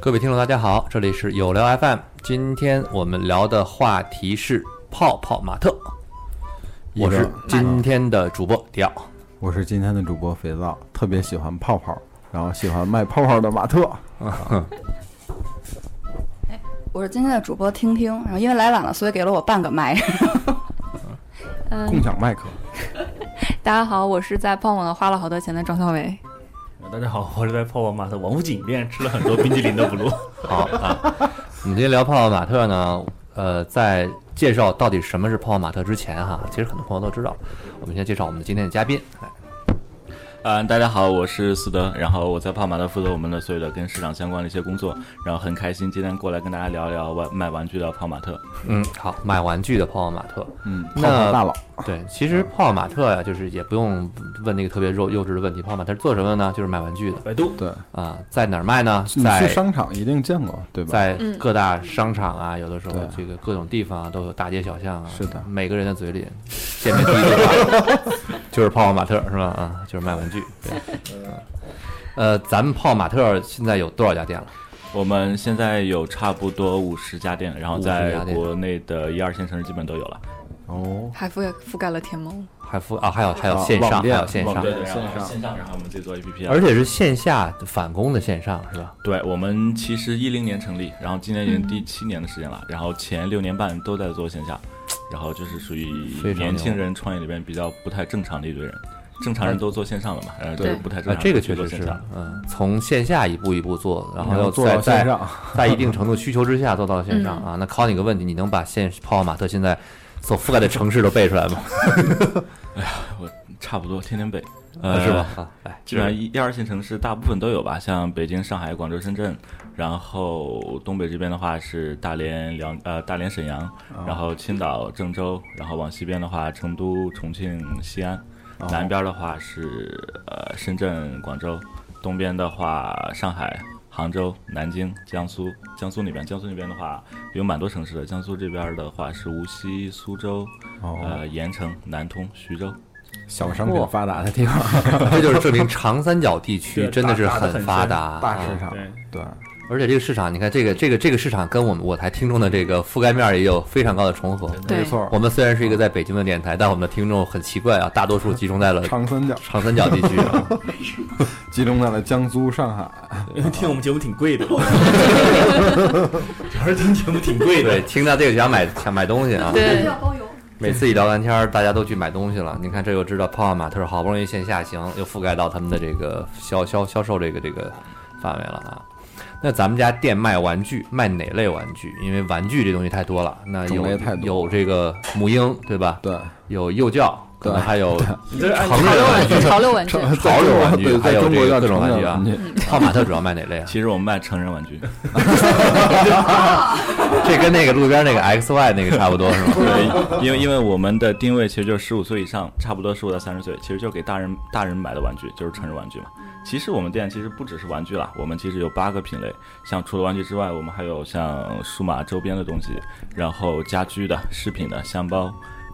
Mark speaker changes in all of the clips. Speaker 1: 各位听众，大家好，这里是有聊 FM。今天我们聊的话题是泡泡玛特，我是今天的主播迪奥。
Speaker 2: 我是今天的主播肥皂，特别喜欢泡泡，然后喜欢卖泡泡的马特。
Speaker 3: 我是今天的主播听听，然后因为来晚了，所以给了我半个麦。
Speaker 2: 共享麦克，
Speaker 4: 大家 好，我是在泡网上花了好多钱的张小伟。
Speaker 5: 呃大家好，我 是在泡泡玛特王府井店吃了很多冰激凌的布 鲁。
Speaker 1: 好啊，我们今天聊泡泡玛特呢，呃，在介绍到底什么是泡泡玛特之前哈，其实很多朋友都知道。我们先介绍我们今天的嘉宾，来
Speaker 6: 啊，大家好，我是思德，然后我在胖马特负责我们的所有的跟市场相关的一些工作，然后很开心今天过来跟大家聊一聊玩卖玩具的胖马特。
Speaker 1: 嗯，好，买玩具的泡泡玛特，
Speaker 2: 嗯，泡
Speaker 1: 那
Speaker 2: 泡大佬，
Speaker 1: 对，其实
Speaker 2: 嗯
Speaker 1: 泡泡玛特呀、就是也不用问那个特别幼幼稚的问题，泡泡玛特是做什么的呢？就是卖玩具的
Speaker 5: 百 度
Speaker 2: 对，
Speaker 1: 啊、在哪儿卖呢？
Speaker 2: 你
Speaker 1: 在
Speaker 2: 去商场一定见过，对吧？
Speaker 1: 在各大商场啊，有的时候
Speaker 2: 对
Speaker 1: 这个各种地方啊，都有大街小巷啊，
Speaker 2: 是的
Speaker 1: 每个人的嘴 里见面第一句话就是泡泡玛特是吧？ 啊，就是卖玩具。对，呃，咱们泡泡玛特现在有多少家店了？
Speaker 6: 我们现在有差不多五十家店，然后
Speaker 1: 50家
Speaker 6: 在
Speaker 1: 店
Speaker 6: 国内的一二线城市基本都有了。
Speaker 2: 哦，
Speaker 4: 还覆盖覆盖了天猫。
Speaker 1: 还付啊，还有还有
Speaker 2: 啊
Speaker 1: 线上，
Speaker 2: 网
Speaker 1: 还
Speaker 2: 店
Speaker 1: 有线上，
Speaker 6: 对对，然后
Speaker 2: 线上
Speaker 6: 线上，然后我们自己做 APP
Speaker 1: 而
Speaker 6: 了。
Speaker 1: 且是线下返工的线上是吧？
Speaker 6: 对，我们其实一零年成立，然后今年已经第七年的时间了，然后前六年半都在做线下，然后就是属于
Speaker 1: 非常
Speaker 6: 年轻
Speaker 1: 牛
Speaker 6: 人创业里边比较不太正常的一堆人，正常人都做线上了嘛，然后就是不太正
Speaker 1: 哎啊，
Speaker 6: 常，
Speaker 1: 这个确实
Speaker 6: 做线
Speaker 1: 是
Speaker 6: 上。，
Speaker 1: 嗯，从线下一步一步做，然后
Speaker 2: 然
Speaker 1: 要
Speaker 2: 后做
Speaker 1: 在
Speaker 2: 到线
Speaker 1: 在
Speaker 2: 上，
Speaker 1: 在 一定程度需求之下做到了线上啊。那考你个问题，你能把现泡泡玛特现在所覆盖的城市都背出来吗？
Speaker 6: 差不多天天背，
Speaker 1: 啊
Speaker 6: 呃，
Speaker 1: 是吧？？啊，哎，
Speaker 6: 基本上一一二线城市大部分都有吧，像北京、上海、广州、深圳，然后东北这边的话是大连、辽呃大连、沈阳，
Speaker 1: 啊
Speaker 6: 然后青岛、郑州，然后往西边的话成都、重庆、西安，
Speaker 1: 哦
Speaker 6: 南边的话是呃深圳、广州，东边的话上海、杭州、南京、江苏，江苏那边江苏那边的话有蛮多城市的，江苏这边的话是无锡、苏州、
Speaker 2: 哦，
Speaker 6: 呃盐城、南通、徐州。
Speaker 2: 小商品发达的地方，
Speaker 1: 这就是证明长三角地区
Speaker 5: 对
Speaker 1: 真的是
Speaker 5: 打打得很
Speaker 1: 发
Speaker 5: 深
Speaker 1: 达
Speaker 2: 大
Speaker 1: 啊
Speaker 2: 市场，
Speaker 5: 对
Speaker 2: 对，
Speaker 1: 而且这个市场，你看这个这个这个市场跟我们我台听众的这个覆盖面儿也有非常高的重合。
Speaker 2: 没
Speaker 4: 对
Speaker 2: 错，
Speaker 1: 我们虽然是一个在北京的电台，但我们的听众很奇怪啊，大多数集中在了
Speaker 2: 长三角
Speaker 1: 长三角地 区啊。
Speaker 2: 集中在了江苏、上海，
Speaker 5: 因为听我们节目挺 贵的， 主要是听节目挺贵的
Speaker 1: 对，。听到这个就想买想买东西啊。
Speaker 4: 对，
Speaker 3: 包邮。
Speaker 1: 每次一聊完天儿，大家都去买东西了。你看，这又知道泡泡玛特好不容易线下行，又覆盖到他们的这个销销销售这个这个范围了啊。那咱们家店卖玩具，卖哪类玩具？因为玩具这东西太多了，那有
Speaker 2: 种类太多
Speaker 1: 有这个母婴，对吧？
Speaker 2: 对，
Speaker 1: 有幼教，可能
Speaker 2: 对
Speaker 1: 还有
Speaker 5: 你这是按
Speaker 1: 成
Speaker 4: 潮
Speaker 1: 人
Speaker 4: 流
Speaker 1: 玩
Speaker 4: 玩
Speaker 1: 具
Speaker 4: 具，潮流玩具，
Speaker 2: 在
Speaker 1: 潮流玩具
Speaker 2: 对，
Speaker 1: 还
Speaker 2: 在
Speaker 1: 有
Speaker 2: 中
Speaker 1: 这
Speaker 2: 国
Speaker 1: 个
Speaker 2: 叫
Speaker 1: 各种玩具啊
Speaker 2: 玩具，
Speaker 1: 泡泡玛特主要卖哪 类啊？
Speaker 6: 其实我们卖成人玩具，
Speaker 1: 这跟那个路边那个 X Y 那个差不多是吗？
Speaker 6: 对，因为因为我们的定位其实就是十五岁以上，差不多十五到三十岁，其实就是给大人大人买的玩具，就是成人玩具嘛。其实我们店其实不只是玩具啦，我们其实有八个品类，像除了玩具之外，我们还有像数码周边的东西，然后家居的、饰品的、箱包、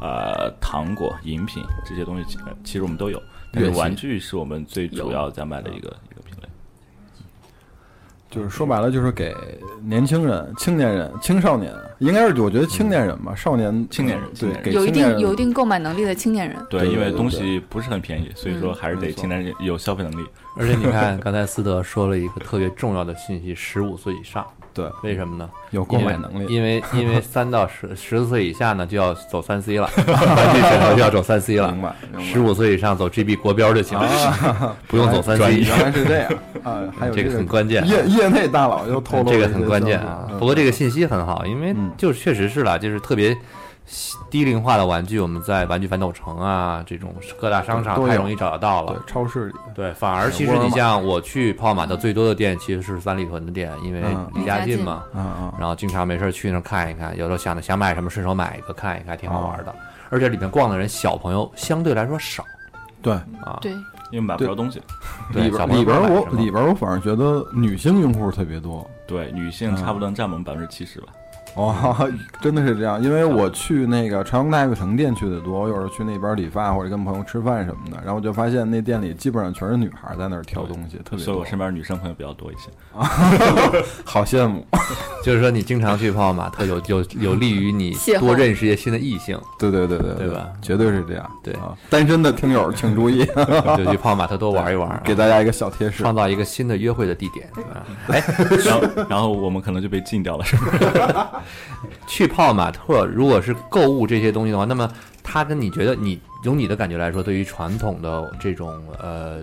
Speaker 6: 呃糖果、饮品这些东西，其呃其实我们都有。但是
Speaker 2: 乐器
Speaker 6: 玩具是我们最主要在卖的一个一个品类。
Speaker 2: 就是说白了，就是给年轻人、青年人、青少年，应该是我觉得青年人吧，少年、
Speaker 6: 青年人青
Speaker 2: 对
Speaker 6: 年，人啊
Speaker 2: 给
Speaker 4: 有一
Speaker 2: 青年
Speaker 4: 定
Speaker 2: 人
Speaker 4: 有一定购买能力的青年人，
Speaker 6: 对，
Speaker 2: 对
Speaker 6: 因为
Speaker 2: 对对嗯
Speaker 6: 东西不是很便宜，所以说还是得
Speaker 2: 没错
Speaker 6: 青年人有消费能力。
Speaker 1: 而且你看，刚才斯德说了一个特别重要的信息：十五岁以上。
Speaker 2: 对
Speaker 1: 为什么呢？
Speaker 2: 有购买能力，
Speaker 1: 因为因为因为三到十 十四岁以下呢，就要走三 C 了，玩具选择就要走三 C 了
Speaker 2: 明。白？明白啊
Speaker 1: 十五岁以上走 GB 国标就行了， 不用走三
Speaker 2: 转
Speaker 1: C。
Speaker 2: 原来是 这样啊，还有
Speaker 1: 这个
Speaker 2: 个
Speaker 1: 很关键啊
Speaker 2: 业业内大佬又透露
Speaker 1: 这
Speaker 2: 了
Speaker 1: 个
Speaker 2: 一
Speaker 1: 很
Speaker 2: 些
Speaker 1: 关键
Speaker 2: 消息
Speaker 1: 啊
Speaker 2: 嗯。
Speaker 1: 不过这个信息很好，因为
Speaker 2: 嗯
Speaker 1: 就是确实是啦，就是特别低龄化的玩具，我们在玩具反斗城啊这种各大商场
Speaker 2: 都有
Speaker 1: 太容易找得到
Speaker 2: 对
Speaker 1: 了。，
Speaker 2: 超市嗯里
Speaker 1: 对，反而其实你像我去泡泡玛特最多的店其实是三里屯的店，因为
Speaker 2: 嗯
Speaker 1: 离家近嘛，
Speaker 2: 啊啊，
Speaker 1: 然后经常没事儿去那儿看一看，有时候想想买什么顺手买一个看一看，挺好玩
Speaker 2: 哦
Speaker 1: 的。而且里面逛的人小朋友相对来说少
Speaker 2: 对，
Speaker 1: 啊，
Speaker 4: 对，
Speaker 6: 因为买不着东西。
Speaker 1: 对
Speaker 2: 里
Speaker 1: 小
Speaker 2: 边
Speaker 1: 朋友
Speaker 2: 里边
Speaker 1: 买
Speaker 2: 我
Speaker 1: 什么
Speaker 2: 里边我反而觉得女性用户特别多
Speaker 6: 对，女
Speaker 2: 嗯
Speaker 6: 性差不多能占我们百分之七十吧。
Speaker 2: 哦， 真的是这样，因为我去那个朝阳大悦城店去的多，我有时候去那边理发或者跟朋友吃饭什么的，然后我就发现那店里基本上全是女孩在那儿挑东西，特别
Speaker 6: 所以
Speaker 2: 多
Speaker 6: 我，身边女生朋友比较多一些。
Speaker 2: 好羡 慕，
Speaker 1: 就是说你经常去泡泡玛特有有有利于 你
Speaker 4: 邂逅
Speaker 1: 多认识一些新的异性，
Speaker 2: 对对对对
Speaker 1: 对吧？
Speaker 2: 绝对是这样，
Speaker 1: 对
Speaker 2: 啊，单身的听友请注意，
Speaker 1: 就去泡泡玛特多玩一玩啊，
Speaker 2: 给大家一个小贴士，
Speaker 1: 创造一个新的约会的地点。啊
Speaker 6: 然后，然后我们可能就被禁掉 了，是吧？
Speaker 1: 去泡玛特，如果是购物这些东西的话，那么它跟你觉得你由你的感觉来说，对于传统的这种呃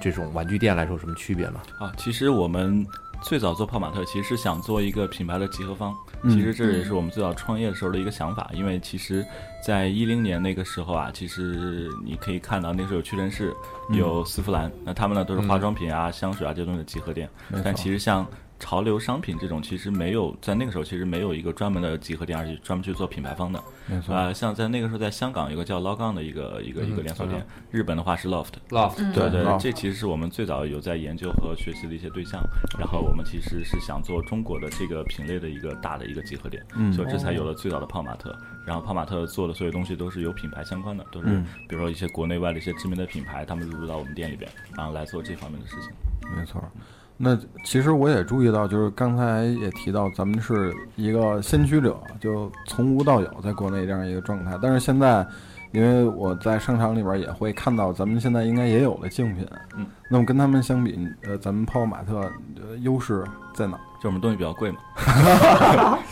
Speaker 1: 这种玩具店来说有什么区别吗？
Speaker 6: 啊，其实我们最早做泡玛特，其实是想做一个品牌的集合方。
Speaker 2: 嗯
Speaker 6: 其实这也是我们最早创业的时候的一个想法，因为其实，在一零年那个时候啊，其实你可以看到那时候有屈臣氏、
Speaker 2: 嗯
Speaker 6: 有丝芙兰，那他们呢都是化妆品啊、香水啊这些东西的集合店。
Speaker 2: 没错
Speaker 6: 但其实像潮流商品这种，其实没有在那个时候其实没有一个专门的集合店，而且专门去做品牌方的。
Speaker 2: 没错，嗯
Speaker 6: 啊、像在那个时候，在香港有个叫 Logang 的一个一个一个连锁店，日本的话是 Loft。
Speaker 1: Loft，
Speaker 6: 对对，
Speaker 2: Loft
Speaker 6: 这其实是我们最早有在研究和学习的一些对象。然后我们其实是想做中国的这个品类的一个大的一个集合点，
Speaker 2: 嗯
Speaker 6: 所以这才有了最早的泡玛特。然后泡玛特做的所有东西都是有品牌相关的，都是
Speaker 2: 嗯
Speaker 6: 比如说一些国内外的一些知名的品牌，他们入驻到我们店里边，然后来做这方面的事情。
Speaker 2: 没错儿。那其实我也注意到，就是刚才也提到，咱们是一个先驱者，就从无到有，在国内这样一个状态。但是现在，因为我在商场里边也会看到，咱们现在应该也有了竞品。
Speaker 6: 嗯，
Speaker 2: 那么跟他们相比，呃，咱们泡泡玛特呃优势在哪？
Speaker 6: 就我们东西比较 贵嘛，
Speaker 2: 好
Speaker 6: 开玩笑，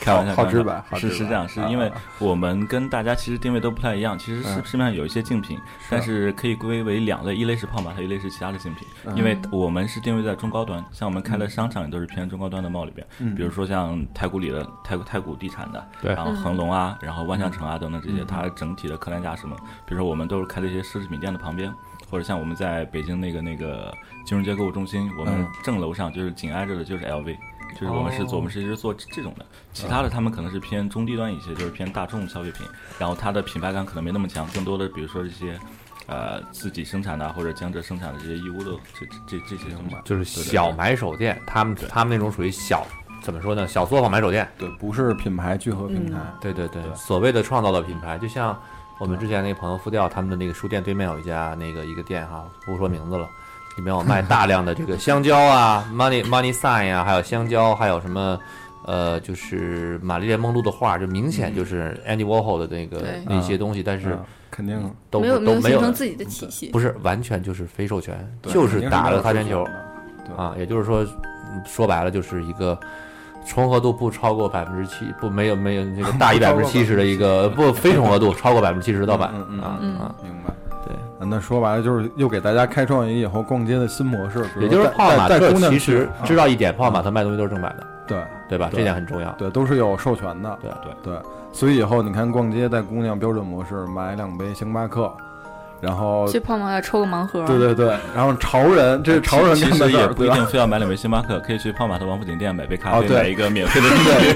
Speaker 6: 开玩笑
Speaker 2: 直白好
Speaker 6: 是
Speaker 2: 直
Speaker 6: 是
Speaker 2: 白啊
Speaker 6: 这样，是因为我们跟大家其实定位都不太一样，其实市
Speaker 2: 嗯啊
Speaker 6: 市面上有一些竞品，但是可以归为两类，一类是泡玛特，一类是其他的竞品，
Speaker 2: 嗯
Speaker 6: 因为我们是定位在中高端，像我们开的商场也都是偏中高端的 mall 里边，
Speaker 2: 嗯
Speaker 6: 比如说像太古里的太古太古地产的，
Speaker 1: 对
Speaker 6: 然后恒隆啊，然后万象
Speaker 2: 嗯
Speaker 6: 城啊等等这些，它整体的客单价什么，比如说我们都是开在一些奢侈品店的旁边。或者像我们在北京那个那个金融街购物中心，我们
Speaker 2: 嗯
Speaker 6: 正楼上就是紧挨着的就是 LV，就是我们是做我们是一直做这种的，其他的
Speaker 2: 嗯
Speaker 6: 他们可能是偏中低端一些，就是偏大众消费品，然后它的品牌感可能没那么强，更多的比如说一些，呃，自己生产的啊或者江浙生产的这些义乌的这这这这些东西，
Speaker 1: 就是
Speaker 6: 对对
Speaker 1: 小买手店，他们他们那种属于小怎么说呢？小作坊买手店。
Speaker 2: 对，不是品牌聚合平台。
Speaker 1: 对对对，所谓的创造的品牌，就像我们之前那个朋友复调他们的那个书店对面有一家那个一个店哈，不说名字了，
Speaker 2: 嗯
Speaker 1: 里面有卖大量的这个香蕉啊，money money sign 啊，还有香蕉，还有什么。呃，就是玛丽莲梦露的画，就明显就是 Andy Warhol 的那个
Speaker 4: 对
Speaker 1: 那些东西，但是
Speaker 2: 嗯肯定
Speaker 1: 都
Speaker 4: 没
Speaker 1: 不
Speaker 4: 有
Speaker 1: 都
Speaker 4: 形
Speaker 1: 没有
Speaker 4: 成自己的体系，
Speaker 1: 不是完全就是非授权，
Speaker 2: 对
Speaker 1: 就
Speaker 2: 肯
Speaker 1: 是
Speaker 2: 定
Speaker 1: 打
Speaker 2: 没有
Speaker 1: 了擦
Speaker 2: 市
Speaker 1: 边球
Speaker 2: 场的对
Speaker 1: 啊，也就是说，嗯说白了就是一个重合度不超过百分之七，不没有没有那个大于
Speaker 2: 不
Speaker 1: 百
Speaker 2: 超
Speaker 1: 分
Speaker 2: 过
Speaker 1: 之七十的一个不非重合度超过百分之七十的盗版
Speaker 2: 嗯嗯
Speaker 1: 啊
Speaker 4: 嗯
Speaker 1: 啊，
Speaker 2: 明白。
Speaker 1: 对
Speaker 2: 啊，那说白了就是又给大家开创一个以后逛街的新模式，比如
Speaker 1: 也就是
Speaker 2: 带
Speaker 1: 泡泡玛
Speaker 2: 带带
Speaker 1: 特
Speaker 2: 姑娘
Speaker 1: 其
Speaker 2: 去
Speaker 1: 实
Speaker 2: 啊
Speaker 1: 知道一点，泡泡玛特卖东西都是正版的，
Speaker 2: 对。
Speaker 1: 对吧？
Speaker 2: 对
Speaker 1: 这点很重要。
Speaker 2: 对，都是有授权的。
Speaker 1: 对
Speaker 2: 对所以以后你看逛街带姑娘标准模式，买两杯星巴克，然后
Speaker 4: 去泡泡玛特抽个盲盒，
Speaker 2: 对对对，然后潮人这是潮人
Speaker 6: 呃哎其
Speaker 2: 干的
Speaker 6: 实
Speaker 2: 事
Speaker 6: 也
Speaker 2: 儿，
Speaker 6: 不一
Speaker 2: 对吧？
Speaker 6: 定非要买两杯星巴克，可以去泡玛特王府井店买杯咖
Speaker 2: 哦
Speaker 6: 啡，
Speaker 2: 对
Speaker 6: 买一个免费的
Speaker 2: 直接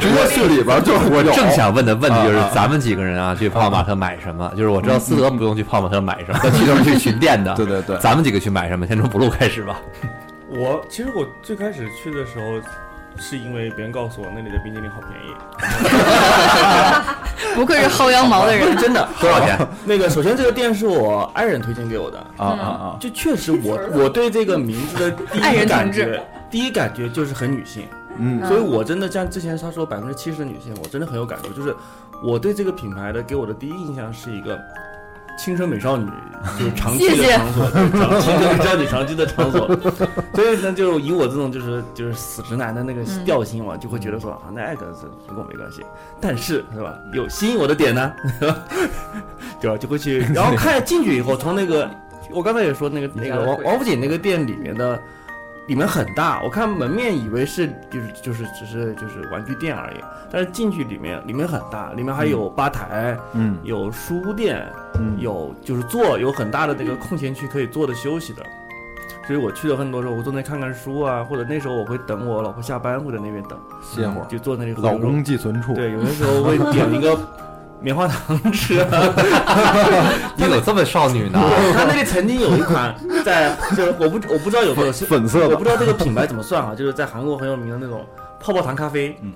Speaker 2: 直接去里边就我
Speaker 1: 正想问的问题就是
Speaker 2: 啊啊，
Speaker 1: 咱们几个人啊，去泡泡玛特买什么？就是我知道思德不用去泡泡玛特买什么，其中去巡店的。
Speaker 2: 对对对，
Speaker 1: 咱们几个去买什么？先从补录开始吧。
Speaker 7: 我其实我最开始去的时候，是因为别人告诉我那里的冰激凌好便宜。
Speaker 4: 不愧是薅羊毛的 人，
Speaker 7: 真的，
Speaker 1: 多少钱？
Speaker 7: 那个首先这个店是我爱人推荐给我的，
Speaker 2: 啊啊啊，
Speaker 7: 就确实我我对这个名字的第
Speaker 4: 爱
Speaker 7: 一
Speaker 4: 人
Speaker 7: 感
Speaker 4: 同志
Speaker 7: 觉，第一感觉就是很女性，
Speaker 2: 嗯
Speaker 7: 所以我真的像之前他说百分之七十的女性，我真的很有感触，就是我对这个品牌的给我的第一印象是一个。青春美少女就是长期
Speaker 4: 谢
Speaker 7: 的
Speaker 4: 谢
Speaker 7: 场所，长青春美少女长期的场所， 所以呢，就以我这种就是就是死直男的那个
Speaker 4: 嗯
Speaker 7: 调性嘛，就会觉得说啊，那爱跟是跟我没关系，但是是吧，有吸引我的点呢，是吧 对吧？就会去，然后看进去以后，从那个我刚才也说那个那个王王府井那个店里面的里面很大，我看门面以为是就是就是只是就是玩具店而已，但是进去里面里面很大，里面还有吧台，
Speaker 2: 嗯，
Speaker 7: 有书店，
Speaker 2: 嗯
Speaker 7: 有就是坐有很大的那个空闲区可以坐着休息的。所以我去的很多时候，我坐那看看书啊，或者那时候我会等我老婆下班，会在那边等嗯
Speaker 2: 歇会儿
Speaker 7: 就坐那里喝
Speaker 2: 老
Speaker 7: 酒
Speaker 2: 公寄存处。
Speaker 7: 对，有的时候会点一个棉花糖吃、 啊。
Speaker 1: 你怎么这么少女呢？
Speaker 7: 他那里曾经有一款在，就是我不我不知道有没有是
Speaker 1: 粉色的
Speaker 7: 我不知道这个品牌怎么算啊，就是在韩国很有名的那种泡泡糖咖啡。嗯，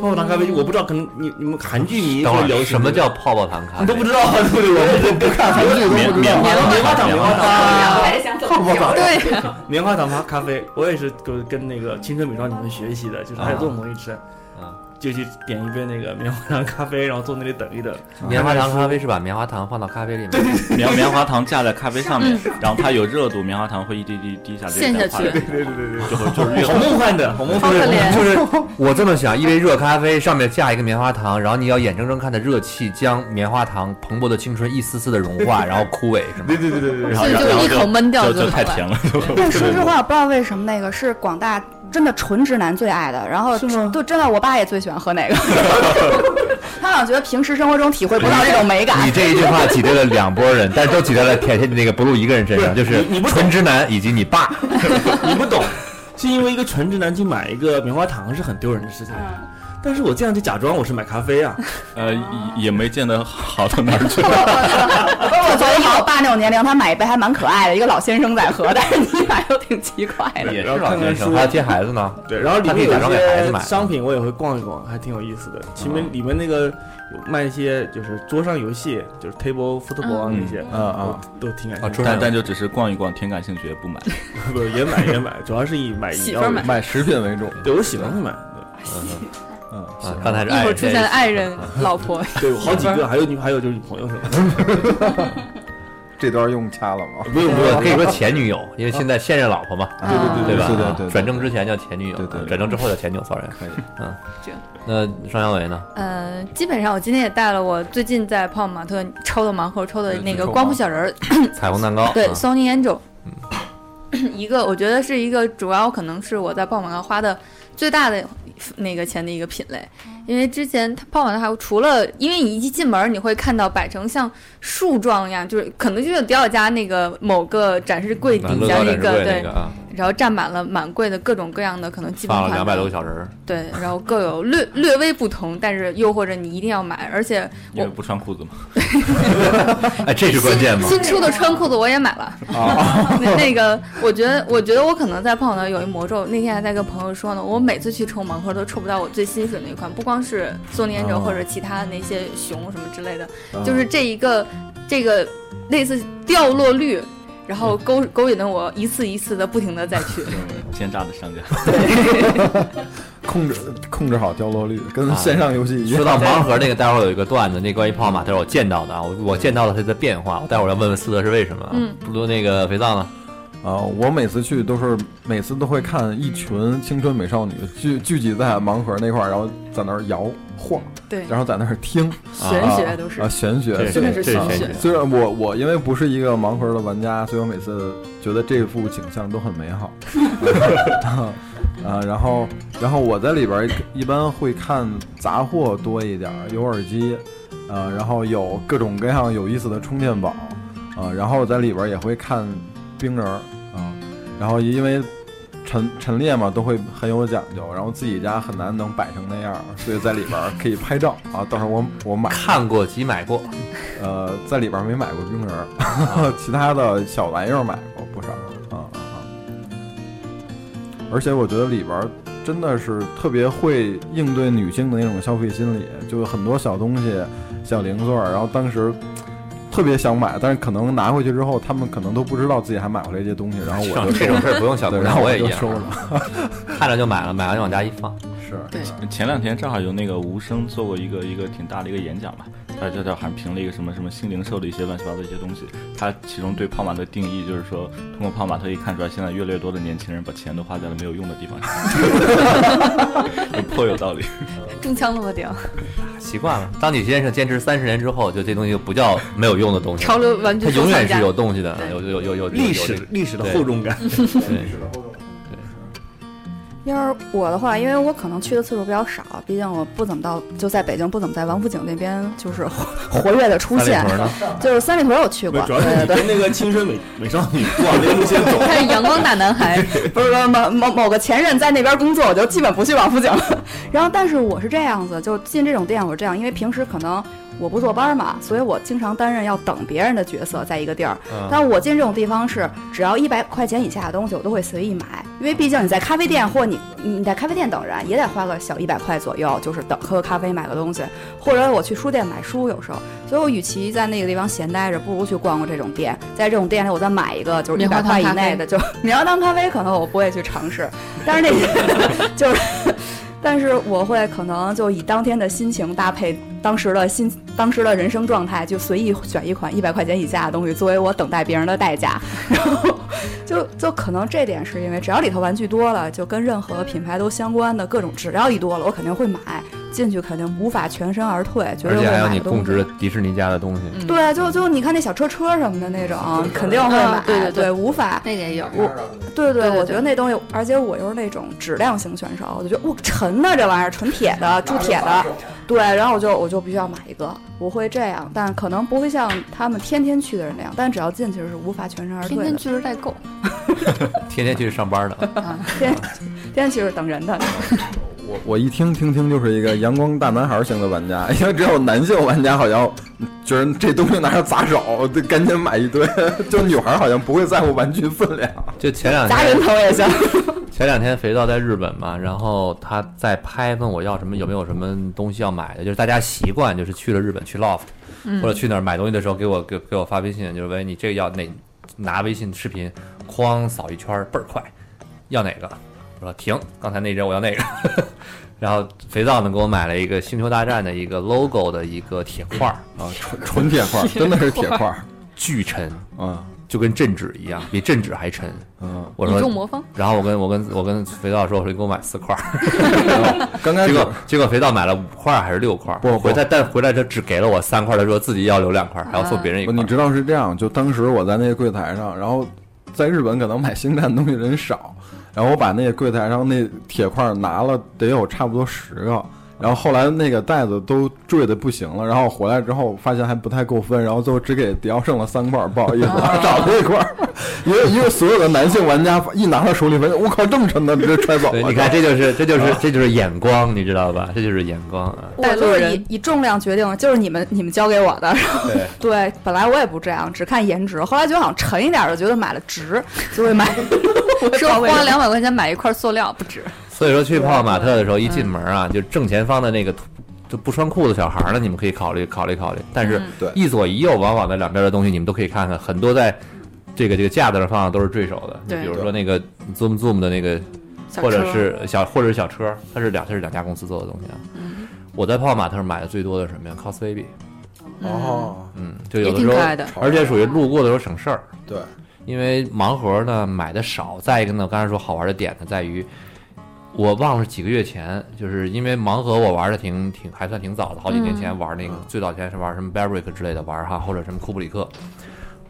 Speaker 7: 泡泡糖咖啡，我不知道，可能你你们韩剧迷
Speaker 1: 等会
Speaker 7: 会
Speaker 1: 儿
Speaker 7: 流行
Speaker 1: 什么叫泡泡糖咖啡？
Speaker 7: 你都不知道，对不对？ 我不看韩剧，
Speaker 1: 棉
Speaker 7: 棉
Speaker 1: 棉花糖
Speaker 7: 棉花糖，棉花
Speaker 4: 我
Speaker 7: 糖，
Speaker 4: 还是想怎么聊对，
Speaker 7: 棉花糖咖啡，我也是跟跟那个《青春美少女》们学习的，就是还有这种东西吃，
Speaker 1: 啊，
Speaker 7: 就去点一杯那个棉花糖咖啡，然后坐那里等一等。
Speaker 4: 啊
Speaker 1: 棉花糖咖啡是把棉花糖放到咖啡里面，
Speaker 6: 棉棉花糖架在咖啡上面，然后它有热度，棉花糖会一滴滴滴下这
Speaker 4: 嗯陷
Speaker 6: 个
Speaker 4: 下
Speaker 6: 咖啡
Speaker 4: 去
Speaker 7: 对对对
Speaker 6: 就会就是越
Speaker 7: 好梦幻的，好梦幻
Speaker 4: 好可
Speaker 7: 的，
Speaker 4: 怜
Speaker 7: 就是
Speaker 1: 我这么想，一杯热咖啡上面架一个棉花糖，然后你要眼睁睁看着热气将棉花糖蓬勃的青春一丝丝的融化，然后枯萎，是吗？
Speaker 7: 对对对对对，
Speaker 6: 然后
Speaker 4: 所以就
Speaker 6: 然后
Speaker 4: 一口闷掉
Speaker 6: 就
Speaker 4: 就
Speaker 6: 就太
Speaker 4: 好了
Speaker 6: 甜了，就
Speaker 3: 但说实话，我不知道为什么那个是广大真的纯直男最爱的，然后就真的我爸也最喜欢喝那个，他好像觉得平时生活中体会不到这种美感
Speaker 1: 你。这一句话挤兑了两拨人，但是都挤在了甜甜那个不露一个人身上，就是纯直男以及你爸。
Speaker 7: 你不懂，是因为一个纯直男去买一个棉花糖是很丢人的事情。
Speaker 4: 嗯
Speaker 7: 但是我这样就假装我是买咖 啡啊，
Speaker 6: 呃也也没见得好到哪儿 去。
Speaker 3: 不是，我觉得以 我爸那种年龄，他买一杯还蛮可爱的，一个老先生在喝，但是你买又挺奇怪的。
Speaker 1: 也
Speaker 7: 哎然后看看书
Speaker 1: 还要接孩子呢。
Speaker 7: 对，然后里
Speaker 1: 他可
Speaker 7: 面
Speaker 1: 以
Speaker 7: 有
Speaker 1: 假装给孩子
Speaker 7: 一些
Speaker 1: 买。啊
Speaker 7: 商品我也会逛一逛，还挺有意思的。前面里面那个有卖一些就是桌上游戏，就是 table football 啊
Speaker 6: 嗯
Speaker 7: 那些，
Speaker 2: 啊啊，
Speaker 7: 都挺感
Speaker 1: 啊
Speaker 7: 兴趣的。
Speaker 1: 桌上
Speaker 6: 但但就只是逛一逛，挺感兴趣也不买。
Speaker 7: 不也买也买，主要是以买饮
Speaker 4: 媳妇
Speaker 7: 料
Speaker 4: 儿
Speaker 7: 为
Speaker 4: 买
Speaker 7: 主
Speaker 2: 买食品为重。
Speaker 7: 对我喜欢买，
Speaker 2: 嗯，
Speaker 1: 啊
Speaker 2: 行，
Speaker 1: 刚才是
Speaker 4: 一
Speaker 1: 爱
Speaker 4: 会儿
Speaker 1: 人，
Speaker 4: 出现了爱人、老婆，
Speaker 7: 对，有好几个，还有女还有就是女朋友什么的，
Speaker 2: 这段用掐了吗？
Speaker 7: 不用不
Speaker 1: 不
Speaker 7: 用，
Speaker 1: 可以说前女友，因为现在现任老婆嘛，
Speaker 4: 对
Speaker 1: 吧？啊
Speaker 2: 对对对，
Speaker 1: 转正之前叫前女友，
Speaker 2: 对对对
Speaker 1: 转正之后叫前女友，sorry。
Speaker 2: 可以。
Speaker 1: 嗯，
Speaker 4: 这样
Speaker 1: 那张小伟呢？
Speaker 4: 呃，基本上我今天也带了我最近在泡玛特抽的盲盒抽的那
Speaker 2: 嗯
Speaker 4: 个
Speaker 2: 抽
Speaker 4: 光
Speaker 2: 盲
Speaker 4: 谱小人儿，
Speaker 1: 彩虹蛋糕。
Speaker 4: 对
Speaker 1: 啊
Speaker 4: ，Sony Angel，一个我觉得是一个主要可能是我在泡玛特花的最大的那个钱的一个品类，因为之前它泡玛特还有除了因为你一进门儿你会看到摆成像树状一样，就是可能就像迪奥家那个某个展示柜
Speaker 1: 啊乐
Speaker 4: 底下
Speaker 1: 高展
Speaker 4: 那
Speaker 1: 示
Speaker 4: 个
Speaker 1: 柜那
Speaker 4: 对
Speaker 1: 个，啊，
Speaker 4: 然后站满了满柜的各种各样的可能基本
Speaker 1: 放
Speaker 4: 款
Speaker 1: 了两百
Speaker 4: 的
Speaker 1: 多个小人儿，
Speaker 4: 啊对，然后各有略略微不同，但是诱惑着你一定要买，而且
Speaker 6: 因为不穿裤子嘛，
Speaker 1: 哎，这是关 键吗？哦
Speaker 4: 新出的穿裤子我也买了。 那那个，我觉得，我觉得我可能在胖呢有一魔咒。那天还在跟朋友说呢，我每次去抽盲盒都抽不到我最心水那一款，不光是松年者
Speaker 2: 哦
Speaker 4: 或者其他的那些熊什么之类的，
Speaker 1: 哦
Speaker 2: 嗯
Speaker 4: 就是这一个这个类似掉落率。然
Speaker 1: 嗯
Speaker 4: 后勾勾引的我一次一次的不停的再 去，
Speaker 7: 嗯
Speaker 6: 奸诈的商家。
Speaker 2: 控制控制好掉落率，跟线上游戏一样。
Speaker 1: 说到盲盒那个，待会儿有一个段子，那关于泡泡玛特我见到的啊，我我见到了它的变化，我待会儿要问问思德是为什么啊。
Speaker 4: 嗯
Speaker 1: 不如那个肥皂呢？
Speaker 2: 啊、我每次去都是每次都会看一群青春美少女聚聚集在盲盒那块儿，然后在那儿摇晃，
Speaker 4: 对，
Speaker 2: 然后在那儿听，
Speaker 4: 玄学都是
Speaker 2: 啊，玄学，
Speaker 1: 这
Speaker 2: 所以
Speaker 4: 真的是
Speaker 1: 这
Speaker 4: 玄
Speaker 1: 玄
Speaker 4: 学
Speaker 1: 学。
Speaker 2: 虽然我我因为不是一个盲盒的玩家，所以我每次觉得这幅景象都很美好。 啊、然后然后我在里边儿一般会看杂货多一点儿，有耳机，呃，然后有各种各样有意思的充电宝，啊、然后在里边儿也会看冰人儿啊、然后因为。陈陈列嘛都会很有讲究，然后自己家很难能摆成那样儿，所以在里边儿可以拍照啊。到时候我我买
Speaker 1: 看过即买过，
Speaker 2: 呃，在里边儿没买过冰人儿， 其他的小玩意儿买过不少啊啊啊！而且我觉得里边儿真的是特别会应对女性的那种消费心理，就很多小东西、小零碎儿，然后当时。特别想买，但是可能拿回去之后，他们可能都不知道自己还买回来这些东西，然后我就
Speaker 1: 这
Speaker 2: 收
Speaker 1: 种
Speaker 2: 了，
Speaker 1: 事儿不用小姑
Speaker 2: 对，然后
Speaker 1: 娘，我也一
Speaker 2: 就
Speaker 1: 样，
Speaker 2: 收了。
Speaker 1: 看着就买了，买完就往家一放。
Speaker 2: 是，
Speaker 4: 对
Speaker 6: 前两天正好有那个无声做过一个一个挺大的一个演讲嘛，他就在好像评了一个什么什么新零售的一些乱七八糟的一些东西。他其中对泡玛特定义就是说，通过泡玛特可以看出来，现在越来越多的年轻人把钱都花在了没有用的地方上，颇有道理。
Speaker 4: 中枪了吗？屌，
Speaker 1: 习惯了。当你先生坚持三十年之后，就这东西就不叫没有用的东西了，
Speaker 4: 潮流玩具
Speaker 1: 它
Speaker 4: 收
Speaker 1: 永
Speaker 4: 藏
Speaker 1: 远是
Speaker 4: 家
Speaker 1: 有东西的，
Speaker 4: 对
Speaker 1: 有有有有有
Speaker 7: 历史
Speaker 1: 有
Speaker 7: 历史的
Speaker 1: 对
Speaker 7: 厚重感。
Speaker 1: 对
Speaker 4: 要是我的话，因为我可能去的次数比较少，毕竟我不怎么到，就在北京不怎么在王府井那边就是活 活跃的出现
Speaker 7: 三里屯 呢，
Speaker 4: 就是三里屯我去过，
Speaker 7: 主要是
Speaker 4: 对
Speaker 7: 你
Speaker 4: 对
Speaker 7: 跟
Speaker 4: 对。
Speaker 7: 那个青春 美美少女不往那个路线走。
Speaker 4: 他是阳光大男孩，不是不是某某某个前任在那边工作，我就基本不去王府井了。然后，但是我是这样子，就进这种店我是这样，因为平时可能我不坐班嘛，所以我经常担任要等别人的角色，在一个地儿。
Speaker 8: 嗯
Speaker 4: 但我进这种地方是，只要一百块钱以下的东西，我都会随意买，因为毕竟你在咖啡店或你你在咖啡店等人也得花个小一百块左右，就是等喝个咖啡买个东西，或者我去书店买书，有时候，所以我与其在那个地方闲待着，不如去逛逛这种店，在这种店里我再买一个就是一
Speaker 9: 棉花
Speaker 4: 百
Speaker 9: 糖
Speaker 4: 块以
Speaker 9: 咖啡
Speaker 4: 内的，就 棉花糖咖啡可能我不会去尝试，但是那个 就是。但是我会可能就以当天的心情搭配当时的心当时的人生状态，就随意选一款一百块钱以下的东西作为我等待别人的代价。 然后就就可能这点是因为只要里头玩具多了，就跟任何品牌都相关的各种，只要一多了，我肯定会买，进去肯定无法全身而退，绝
Speaker 1: 而
Speaker 4: 对会
Speaker 1: 且还有
Speaker 4: 买
Speaker 1: 你
Speaker 4: 的东西
Speaker 1: 供
Speaker 4: 嗯
Speaker 1: 职的迪士尼家的东西，
Speaker 4: 对，啊就就你看那小车车什么的那种，肯定会
Speaker 9: 啊
Speaker 4: 买。
Speaker 9: 对对对
Speaker 4: 无法
Speaker 9: 那个也有。
Speaker 4: 我，对
Speaker 9: 对对
Speaker 4: 我觉得那东西，而且我又是那种质量型选手，我就觉得哇沉呐、这玩意儿，纯铁的，铸铁的。对，然后我就我就必须要买一个，我会这样，但可能不会像他们天天去的人那样，但只要进去是无法全身而退
Speaker 9: 天
Speaker 4: 的。
Speaker 9: 天去是代购，
Speaker 1: 天天去上班 的。
Speaker 4: 天天天去是等 人的。
Speaker 2: 我我一听听听就是一个阳光大男孩型的玩家， 因为只有男性玩家好像觉得这东西拿着砸手，得赶紧买一堆。 就女孩好像不会在乎玩具分量。
Speaker 1: 就前两
Speaker 4: 砸人头也行。
Speaker 1: 前两天肥皂在日本嘛，然后他在拍，问我要什么，有没有什么东西要买的，就是大家习惯就是去了日本去 loft，、
Speaker 10: 嗯
Speaker 1: 或者去哪儿买东西的时候，给我给给我发微信，就是喂你这个要哪，拿微信视频，哐扫一圈儿倍儿快，要哪个？我说停，刚才那人我要那个。 然后肥皂呢给我买了一个星球大战的一个 logo 的一个铁块儿
Speaker 2: 啊，纯纯铁块儿真的是铁块儿，
Speaker 1: 巨沉
Speaker 2: 啊，
Speaker 1: 就跟镇纸一样，比镇纸还沉。
Speaker 2: 嗯，
Speaker 1: 我说
Speaker 9: 以众魔方
Speaker 1: 然后我跟我跟我跟肥皂说，我说你给我买四块儿。
Speaker 2: 刚开
Speaker 1: 结果结果肥皂买了五块儿还是六块儿？
Speaker 2: 不
Speaker 1: 回来但回来他只给了我三块儿，他说自己要留两块儿，还要送别人一
Speaker 2: 不
Speaker 1: 块
Speaker 2: 你知道是这样，就当时我在那个柜台上，然后在日本可能买星战的东西人少，然后我把那个柜台上那铁块拿了得有差不多十个。然后后来那个袋子都坠的不行了，然后回来之后发现还不太够分，然后最后只给迪奥剩了三块儿，不好 意思，少了一块儿。因为因为所有的男性玩家一拿到手里，发现我靠这么沉的，直接揣走
Speaker 1: 儿。对，
Speaker 2: 了。
Speaker 1: 你看这就是这就是这就是眼光，你知道吧？这就是眼光啊。
Speaker 4: 我就是以以重量决定，就是你们你们教给我的。然后
Speaker 1: 对
Speaker 4: 对，本来我也不这样，只看颜值，后来觉得好像沉一点的，觉得买了值，就 会买。我
Speaker 9: 说花两百块钱买一块塑料不止。
Speaker 1: 所以说去泡泡玛特的时候，一进门啊，
Speaker 9: 嗯
Speaker 1: 就正前方的那个图就不穿裤子小孩儿呢，你们可以考虑考虑考虑。但是
Speaker 9: 嗯
Speaker 2: 对
Speaker 1: 一左一右往往的两边的东西，你们都可以看看，很多在这个这个架子上放的都是坠手的，
Speaker 9: 对
Speaker 1: 就比如说那个 Zoom Zoom 的那个，
Speaker 9: 小车
Speaker 1: 或者是小或者是小车，它是两它是两家公司做的东西啊。
Speaker 9: 嗯
Speaker 1: 我在泡泡玛特买的最多的是什么呀？Cos Baby，
Speaker 2: 哦，
Speaker 1: 嗯，就有
Speaker 9: 也
Speaker 1: 的
Speaker 9: 挺
Speaker 1: 时候
Speaker 9: 可爱的，
Speaker 1: 而且属于路过的时候省事儿。
Speaker 2: 对，
Speaker 1: 因为盲盒呢买的少，再一个呢，我刚才说好玩的点呢在于，我忘了是几个月前，就是因为盲盒我玩的挺挺还算挺早的，好几年前
Speaker 10: 嗯
Speaker 1: 玩那个，最早前是玩什么 Barrick 之类的玩哈，或者什么库布里克。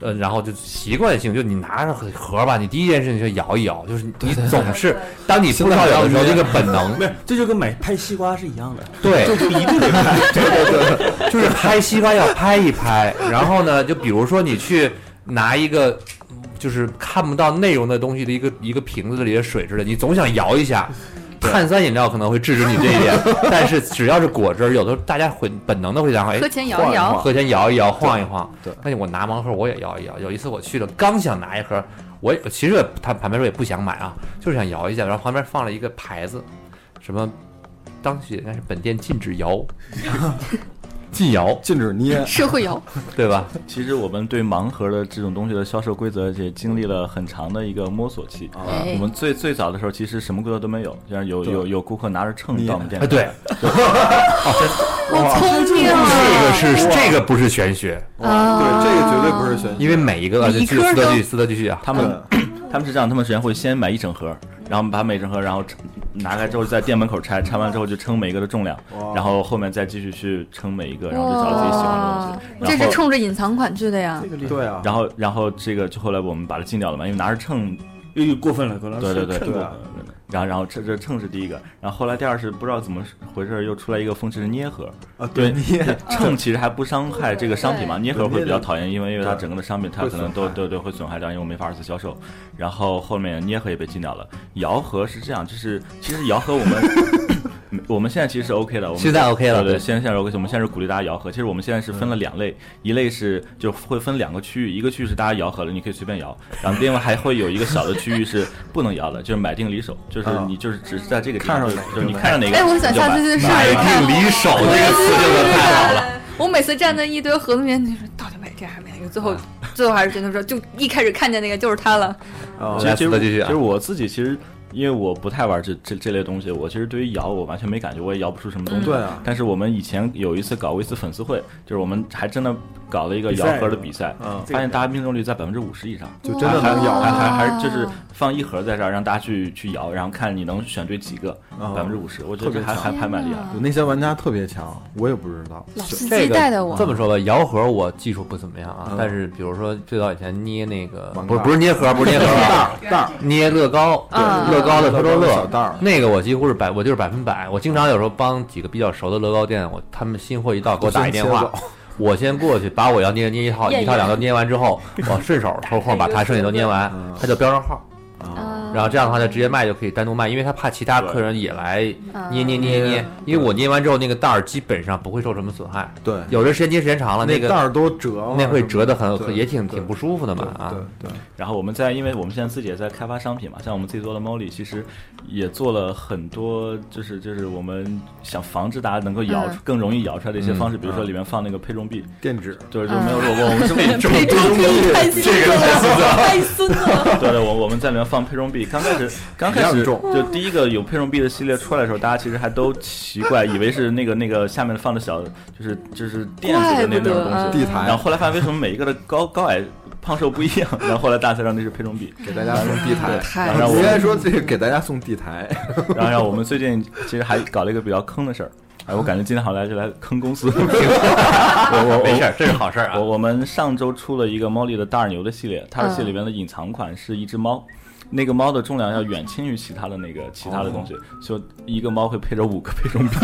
Speaker 1: 呃，然后就习惯性，就你拿着盒吧，你第一件事情就摇一摇，就是你总是当你不知道摇的时候，这个本能，
Speaker 7: 没有，这就跟买拍西瓜是一样的，
Speaker 1: 对
Speaker 7: 就就一定得 拍，
Speaker 1: 就是拍西瓜要拍一拍，然后呢，就比如说你去拿一个嗯就是看不到内容的东西的一个一个瓶子里的水之类的，你总想摇一下。碳酸饮料可能会制止你这一点，但是只要是果汁儿，有的时候大家会本能的会想，哎，
Speaker 9: 喝前摇一摇
Speaker 1: 晃喝前摇一摇，晃一
Speaker 9: 对
Speaker 1: 晃。对，那我拿盲盒我也摇一摇。有一次我去了，刚想拿一盒，我也其实也他旁边说也不想买啊，就是想摇一下，然后旁边放了一个牌子，什么当时应该是本店禁止摇， 禁摇，
Speaker 2: 禁止捏
Speaker 9: 社会摇，
Speaker 1: 对吧？
Speaker 6: 其实我们对盲盒的这种东西的销售规则也经历了很长的一个摸索期。
Speaker 9: 哎
Speaker 6: 我们最最早的时候，其实什么规则都没有，像有
Speaker 1: 对
Speaker 6: 有有顾客拿着秤到我们店
Speaker 1: 哎
Speaker 6: 里。
Speaker 1: 对，
Speaker 9: 好聪明
Speaker 1: 这个是
Speaker 9: 啊！
Speaker 1: 这个不是玄学，
Speaker 9: 啊
Speaker 2: 对，这个绝对不是玄学，
Speaker 1: 因为每一个啊
Speaker 9: 每一
Speaker 1: 就
Speaker 9: 颗
Speaker 1: 斯德
Speaker 9: 都
Speaker 1: 继续斯德继续啊，
Speaker 6: 他们 他们是这样，他们首先会先买一整盒，然后把每整盒，然后称拿开之后就在店门口拆，拆完之后就称每一个的重量，然后后面再继续去称每一个，然后就找自己喜欢的
Speaker 9: 哇
Speaker 6: 东西。，然
Speaker 9: 这
Speaker 6: 后
Speaker 9: 是冲着隐藏款去的呀。
Speaker 2: 对啊，
Speaker 6: 然后然后这个就后来我们把它禁掉了嘛，因为拿着秤
Speaker 7: 又又过分了，过分了，
Speaker 6: 对对对
Speaker 7: 秤过分
Speaker 6: 对啊
Speaker 7: 了
Speaker 6: 然后然后这这秤是第一个，然后后来第二是不知道怎么回事又出来一个风池是捏合
Speaker 7: 啊
Speaker 6: 对
Speaker 7: 对捏
Speaker 6: 对秤其实还不伤害这个商品嘛，
Speaker 7: 对
Speaker 6: 捏合会比较讨厌，因为因为它
Speaker 7: 对
Speaker 6: 整个的商品它
Speaker 7: 会
Speaker 6: 可能
Speaker 7: 损
Speaker 6: 都
Speaker 7: 害
Speaker 6: 对对会损害掉，因为我没法二次销售。然后后面捏合也被禁掉了，摇盒是这样，就是其实摇盒我们 我们现在其实是 OK 的，我们
Speaker 1: 现在 OK 了
Speaker 6: 对对，
Speaker 1: 对
Speaker 6: 现在现在是 OK，我们现在是鼓励大家摇盒。其实我们现在是分了两类，一类是就会分两个区域，一个区域是大家摇盒了，你可以随便摇，然后另外还会有一个小的区域是不能摇的，就是买定离手，就是你就是只是在这个地方，就是就是你看上哪个，
Speaker 4: 哎，我想
Speaker 6: 你就
Speaker 4: 下次
Speaker 6: 买
Speaker 4: 去上
Speaker 6: 买
Speaker 4: 一看。
Speaker 1: 哎离手这个词用的太好了。
Speaker 4: 我每次站在一堆盒子面前，就是到底买这还是买那个，最
Speaker 1: 啊
Speaker 4: 后最后还是决定说，就一开始看见那个就是它了。
Speaker 6: 其实
Speaker 1: 来
Speaker 6: 其实
Speaker 1: 四哥继续啊
Speaker 6: 其实我自己其实。因为我不太玩这这这类东西，我其实对于摇我完全没感觉，我也摇不出什么东
Speaker 2: 嗯
Speaker 6: 西。
Speaker 2: 对啊
Speaker 6: 但是我们以前有一次搞过一次粉丝会，就是我们还真的搞了一个摇盒的比赛，
Speaker 2: 比赛嗯
Speaker 6: 发现大家命中率在百分之五十以上，
Speaker 2: 就真的
Speaker 6: 还
Speaker 2: 能啊摇
Speaker 6: 还还还
Speaker 2: 哇
Speaker 6: 还就是放一盒在这儿让大家去去摇，然后看你能选对几个，
Speaker 2: 哦
Speaker 6: 百分之五十，我觉得这还还还蛮厉害。
Speaker 2: 有啊那些玩家特别强，我也不知道。
Speaker 4: 老司
Speaker 1: 啊这
Speaker 4: 机
Speaker 1: 个
Speaker 4: 带的我。
Speaker 1: 这么说吧，摇盒我技术不怎么样啊
Speaker 2: 嗯，
Speaker 1: 但是比如说最早以前捏那个，
Speaker 2: 网
Speaker 1: 不是
Speaker 2: 盖
Speaker 1: 不是捏盒，不是捏盒啊，
Speaker 2: 袋儿袋儿
Speaker 1: 捏乐高，
Speaker 4: 对嗯
Speaker 1: 乐高的可口
Speaker 2: 乐
Speaker 1: 可
Speaker 2: 高的
Speaker 1: 乐
Speaker 2: 小袋儿
Speaker 1: 那个我几乎是百，我就是百分百。我经常有时候帮几个比较熟的乐高店，我他们新货一到给我打一电
Speaker 2: 先
Speaker 1: 话
Speaker 2: 切走。
Speaker 1: 我先过去把我要捏的捏一套
Speaker 4: 验
Speaker 1: 一
Speaker 4: 一
Speaker 1: 套
Speaker 4: 验
Speaker 1: 两套捏完之 后，我顺手抽空把他剩下都捏完，
Speaker 2: 嗯
Speaker 1: 他就标上号，
Speaker 4: 啊嗯
Speaker 1: 然后这样的话就直接卖就可以单独卖，因为他怕其他客人也来
Speaker 4: 啊嗯
Speaker 1: 捏捏捏
Speaker 2: 嗯
Speaker 1: 捏，因为我捏完之后那个袋儿基本上不会受什么损害，
Speaker 2: 对，
Speaker 1: 有的时间捏时间长了，
Speaker 2: 那
Speaker 1: 个
Speaker 2: 袋儿都折了
Speaker 1: 那会折啊的很，
Speaker 2: 对
Speaker 1: 也挺挺不舒服的嘛啊。
Speaker 2: 对
Speaker 4: 嗯
Speaker 2: 对，
Speaker 6: 然后我们在，因为我们现在自己也在开发商品嘛，像我们自己做的 Molly，其实也做了很多，就是就是我们想防止大家能够摇出、
Speaker 4: 嗯
Speaker 6: 更容易摇出来的一些方式，
Speaker 2: 嗯
Speaker 6: 比如说里面放那个配重币，
Speaker 2: 电纸，
Speaker 6: 对，就没有说我我们是 为
Speaker 4: 嗯配重币太孙子了，太孙子 了。
Speaker 6: 对对，我我们在里面放配重币。刚开始，刚开
Speaker 2: 一
Speaker 6: 始
Speaker 2: 样重
Speaker 6: 就第一个有配重币的系列出来的时候，大家其实还都奇怪，以为是那个那个下面放的小，就是就是垫子的那
Speaker 4: 怪不
Speaker 6: 那
Speaker 4: 得
Speaker 6: 种东西。
Speaker 2: 地毯
Speaker 6: 然后后来发现为什么每一个的高高矮胖瘦不一样，然后后来大家才知道那是配 重币。
Speaker 2: 给大家送地
Speaker 6: 对
Speaker 2: 台。
Speaker 6: 然后
Speaker 2: 我
Speaker 6: 我
Speaker 2: 应该
Speaker 6: 们，
Speaker 2: 说这个给大家送地台，
Speaker 6: 然后然后我们最近其实还搞了一个比较坑的事儿。哎，我感觉今天好像来就来坑公 司。
Speaker 1: 我我没事儿，这是好事儿啊
Speaker 6: 我。我们上周出了一个猫力的大耳牛的系列，它的系列里面的隐藏款是一只猫，那个猫的重量要远轻于其他的那个其他的东西，
Speaker 2: 哦
Speaker 6: 所以一个猫会配着五个配重币。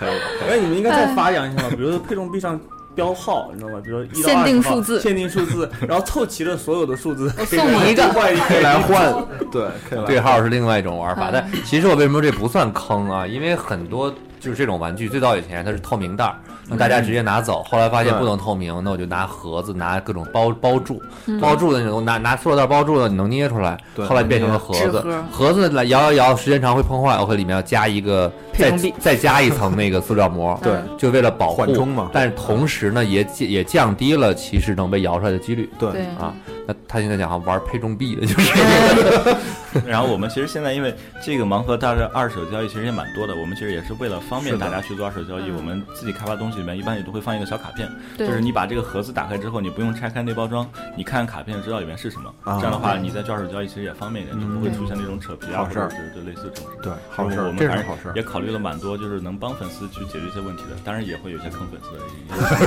Speaker 7: 那哎你们应该再发扬一
Speaker 11: 嗯
Speaker 7: 下吧，比如说配重币上标号，你知道吗？比如说一到
Speaker 4: 限定
Speaker 7: 20号
Speaker 4: 数字
Speaker 7: 限定数 字，然后凑齐了所有的数字，
Speaker 4: 送你一个
Speaker 7: 换一
Speaker 2: 可以
Speaker 7: 个
Speaker 2: 来换， 对，可以来
Speaker 1: 对号是另外一种玩法，
Speaker 4: 嗯
Speaker 1: 但其实我为什么这不算坑啊？因为很多就是这种玩具，最早以前它是透明袋儿，让
Speaker 4: 嗯
Speaker 1: 大家直接拿
Speaker 2: 嗯
Speaker 1: 走，后来发现
Speaker 2: 对
Speaker 1: 不能透明，那我就拿盒子，拿各种包包住，
Speaker 4: 嗯
Speaker 1: 包住的那种，拿拿塑料袋包住的，你能捏出来，
Speaker 2: 对
Speaker 1: 后来变成了盒
Speaker 4: 纸
Speaker 1: 子
Speaker 4: 盒，
Speaker 1: 盒子来摇摇摇，时间长会碰坏，我会里面要加一个
Speaker 4: 配
Speaker 1: 再
Speaker 4: 重币
Speaker 1: 再加一层那个塑料 膜，
Speaker 2: 对，
Speaker 1: 就为了保护，
Speaker 2: 缓冲嘛
Speaker 1: 但是同时呢，也降也降低了其实能被摇出来的几率。
Speaker 2: 对
Speaker 4: 对
Speaker 1: 啊，那他现在讲好像玩配重币的就是。
Speaker 6: 然后我们其实现在因为这个盲盒大概二手交易其实也蛮多的，我们其实也是为了方便大家去做二手交易，
Speaker 4: 嗯
Speaker 6: 我们自己开发东西里面一般也都会放一个小卡片，就
Speaker 4: 对
Speaker 6: 是你把这个盒子打开之后，你不用拆开内包装，你看卡片知道里面是什么，
Speaker 2: 啊
Speaker 6: 这样的话你在做二手交易其实也方便一点，就不会
Speaker 4: 嗯
Speaker 6: 出现那种扯皮啊
Speaker 2: 好
Speaker 6: 或
Speaker 2: 事儿
Speaker 6: 者是就类似这种事。
Speaker 2: 对，好事
Speaker 6: 我
Speaker 2: 儿，
Speaker 6: 们
Speaker 2: 这
Speaker 6: 还
Speaker 2: 是好事儿。
Speaker 6: 也考虑了蛮多，就是能帮粉丝去解决一些问题的，当然也会有一些坑粉丝的原因。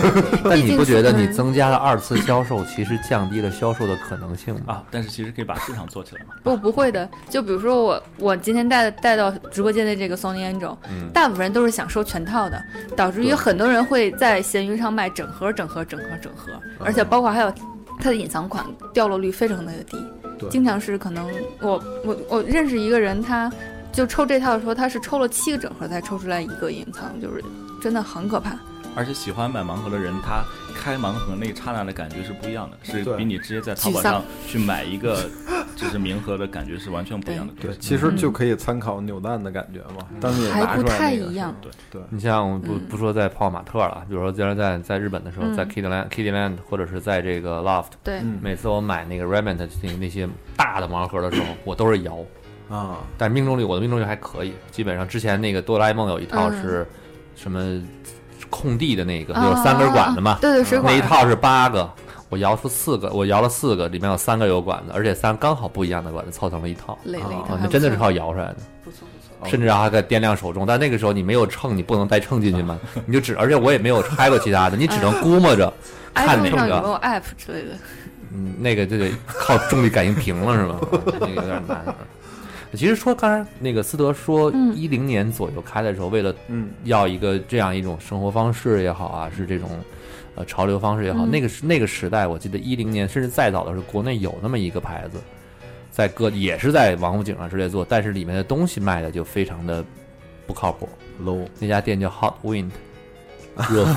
Speaker 1: 但你不觉得你
Speaker 4: 嗯
Speaker 1: 增加了二次销售，其实降低了销售的可能性吗？
Speaker 6: 啊，但是其实可以把市场做起来嘛。
Speaker 4: 不，不会的。就比如说我，我今天带带到直播间的这个 Sony Angel，、大部分人都是想收全套的，导致于很多人会在闲鱼上卖整盒、整盒、整盒、整盒，而且包括还有它的隐藏款掉落率非常的低
Speaker 2: 对，
Speaker 4: 经常是可能我我我认识一个人，他就抽这套的时候，他是抽了七个整盒才抽出来一个隐藏，就是真的很可怕。
Speaker 6: 而且喜欢买盲盒的人，他开盲盒那一刹那的感觉是不一样的，是
Speaker 2: 对
Speaker 6: 比你直接在淘宝
Speaker 4: 沮丧
Speaker 6: 上去买一个就是名盒的感觉是完全不一样的。
Speaker 2: 对，其实就可以参考扭蛋的感觉嘛。
Speaker 1: 嗯
Speaker 2: 当你
Speaker 4: 还
Speaker 2: 拿
Speaker 4: 不
Speaker 2: 出来
Speaker 4: 太
Speaker 2: 那个
Speaker 4: 一样
Speaker 2: 时候对，
Speaker 1: 你像不不说在泡泡玛特了，比如说原来在在日本的时候，
Speaker 4: 嗯
Speaker 1: 在 Kittyland Kittyland 或者是在这个 Loft，
Speaker 4: 对，
Speaker 2: 嗯
Speaker 1: 每次我买那个 Remnant 那那些大的盲盒的时候，我都是摇，
Speaker 2: 啊，
Speaker 1: 但是命中率我的命中率还可以，基本上之前那个哆啦 A 梦有一套
Speaker 4: 嗯
Speaker 1: 是什么空地的那个，
Speaker 4: 啊
Speaker 1: 有三根管的嘛，啊
Speaker 4: 对对，水
Speaker 1: 那
Speaker 4: 管
Speaker 1: 一套是八个，我摇出四个，我摇了四个，里面有三个有管子，而且三刚好不一样的管子凑成了一套。
Speaker 4: 累了一套
Speaker 1: 啊，
Speaker 4: 还
Speaker 1: 那
Speaker 4: 不
Speaker 1: 真的
Speaker 4: 错
Speaker 1: 是靠摇出来的，甚至还在掂量手中。但那个时候你没有秤，你不能带秤进去嘛，你就只，而且我也没有拆过其他的，你只能估摸着看
Speaker 4: iPhone
Speaker 1: 哪
Speaker 4: 哎上有没
Speaker 1: 个。
Speaker 4: 有 App 之类的？
Speaker 1: 嗯，那个就得靠重力感应屏了，是吗？那个有点难。啊其实说，刚才那个斯德说，
Speaker 11: 嗯
Speaker 1: 一零年左右开的时候，为了
Speaker 11: 嗯
Speaker 1: 要一个这样一种生活方式也好啊，是这种呃潮流方式也好，
Speaker 11: 嗯
Speaker 1: 那个时那个时代，我记得一零年甚至再早的时候，国内有那么一个牌子，在各也是在王府井啊上之类做，但是里面的东西卖的就非常的不靠谱，low。那家店叫 Hot Wind，热风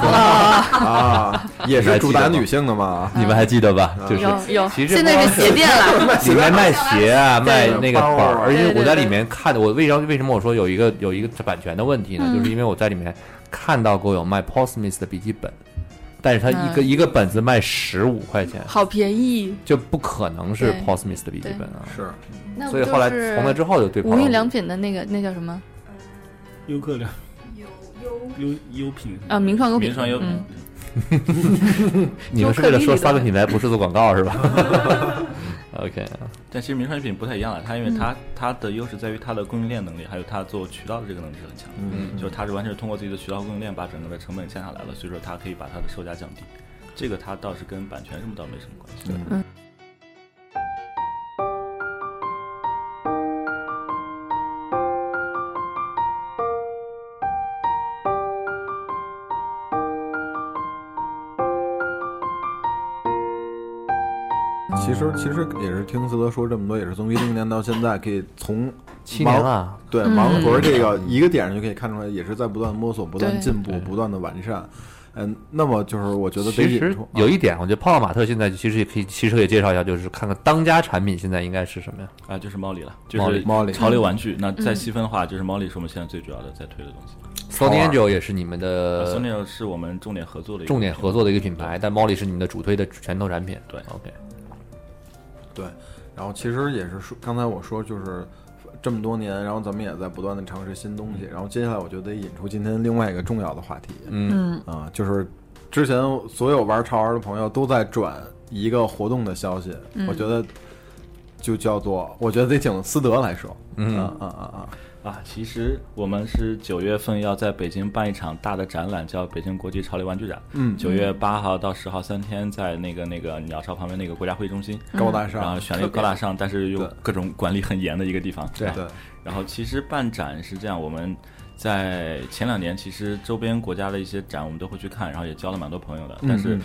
Speaker 2: 啊也是主打女性的嘛
Speaker 1: 你们还记得吧？
Speaker 2: 啊
Speaker 1: 就是
Speaker 4: 嗯有有
Speaker 1: 其实
Speaker 4: 现在是鞋 店了卖
Speaker 1: 里面卖鞋啊，
Speaker 4: 对
Speaker 1: 卖那个
Speaker 4: 包
Speaker 1: 本儿，
Speaker 4: 啊
Speaker 1: 而且
Speaker 4: 对对
Speaker 1: 我在
Speaker 4: 对
Speaker 1: 里面看，我为什么为什么我说有一个有一个版权的问题呢？
Speaker 4: 嗯
Speaker 1: 就是因为我在里面看到过有卖 Paul Smith 的笔记本，但是它一个
Speaker 4: 嗯
Speaker 1: 一个本子卖十五块钱，
Speaker 4: 好便宜。
Speaker 1: 就不可能是
Speaker 4: 对
Speaker 1: Paul Smith 的笔记本啊。
Speaker 2: 是，
Speaker 4: 那
Speaker 1: 所以后来
Speaker 4: 就是
Speaker 1: 从那之后就对
Speaker 4: 无
Speaker 1: Paul
Speaker 4: 印良品的那个那叫什么？
Speaker 5: 优客 良，优优优品
Speaker 4: 啊名创优品
Speaker 5: 名创优品，
Speaker 4: 嗯
Speaker 1: 你们是为了说三个品牌不是做广告是吧 ？OK，
Speaker 6: 但其实名创优品不太一样了，它
Speaker 4: 嗯
Speaker 6: 因为它它的优势在于它的供应链能力，还有它做渠道的这个能力是很强的。
Speaker 1: 嗯
Speaker 6: 就是它是完全是通过自己的渠道和供应链把整个的成本降下来了，所以说它可以把它的售价降低。这个它倒是跟版权什么倒没什么关系。对
Speaker 4: 嗯
Speaker 2: 其实其实也是听思德说这么多，也是从一零年到现在，可以从
Speaker 1: 七年
Speaker 2: 盲
Speaker 1: 了
Speaker 2: 对，
Speaker 1: 嗯
Speaker 2: 盲盒这个一个点上就可以看出来，也是在不断摸索、不断
Speaker 1: 对
Speaker 2: 进步、不断的完善。嗯，那么就是我觉得得
Speaker 1: 其
Speaker 2: 引
Speaker 1: 实
Speaker 2: 出啊
Speaker 1: 有一点，我觉得泡泡玛特现在其实也可以，其实可以介绍一下，就是看看当家产品现在应该是什么呀？
Speaker 6: 啊，就是猫里了，
Speaker 1: 猫
Speaker 6: 就
Speaker 1: 里
Speaker 6: 是
Speaker 1: 猫里
Speaker 6: 潮流玩具。那再
Speaker 1: 嗯
Speaker 6: 细分的话，就是猫里是我们现在最主要的在推的东西。
Speaker 1: Sony Angel 也是你们的
Speaker 6: 呃，Sony Angel 是我们重点合作的一个
Speaker 1: 重点合作的一个品牌，但猫里是你们的主推的拳头产品。对，OK，
Speaker 2: 对，然后其实也是说，刚才我说就是这么多年，然后咱们也在不断的尝试新东西，然后接下来我就得引出今天另外一个重要的话题，
Speaker 1: 嗯
Speaker 2: 啊，就是之前所有玩潮玩的朋友都在转一个活动的消息，
Speaker 6: 嗯
Speaker 2: 我觉得就叫做，我觉得得请斯德来说，
Speaker 6: 嗯
Speaker 2: 啊啊啊啊，
Speaker 6: 啊，其实我们是九月份要在北京办一场大的展览，叫北京国际潮流玩具展。
Speaker 2: 嗯
Speaker 6: 九月八号到十号三天，在那个那个鸟巢旁边那个国家会议中心，
Speaker 2: 高大上
Speaker 6: 然
Speaker 1: 嗯
Speaker 6: 后选了一个
Speaker 2: 特别
Speaker 6: 高大上，但是又各种管理很严的一个地方。
Speaker 2: 对
Speaker 6: 啊
Speaker 2: 对。
Speaker 6: 然后其实办展是这样，我们在前两年其实周边国家的一些展我们都会去看，然后也交了蛮多朋友的，
Speaker 2: 嗯
Speaker 6: 但是
Speaker 2: 嗯。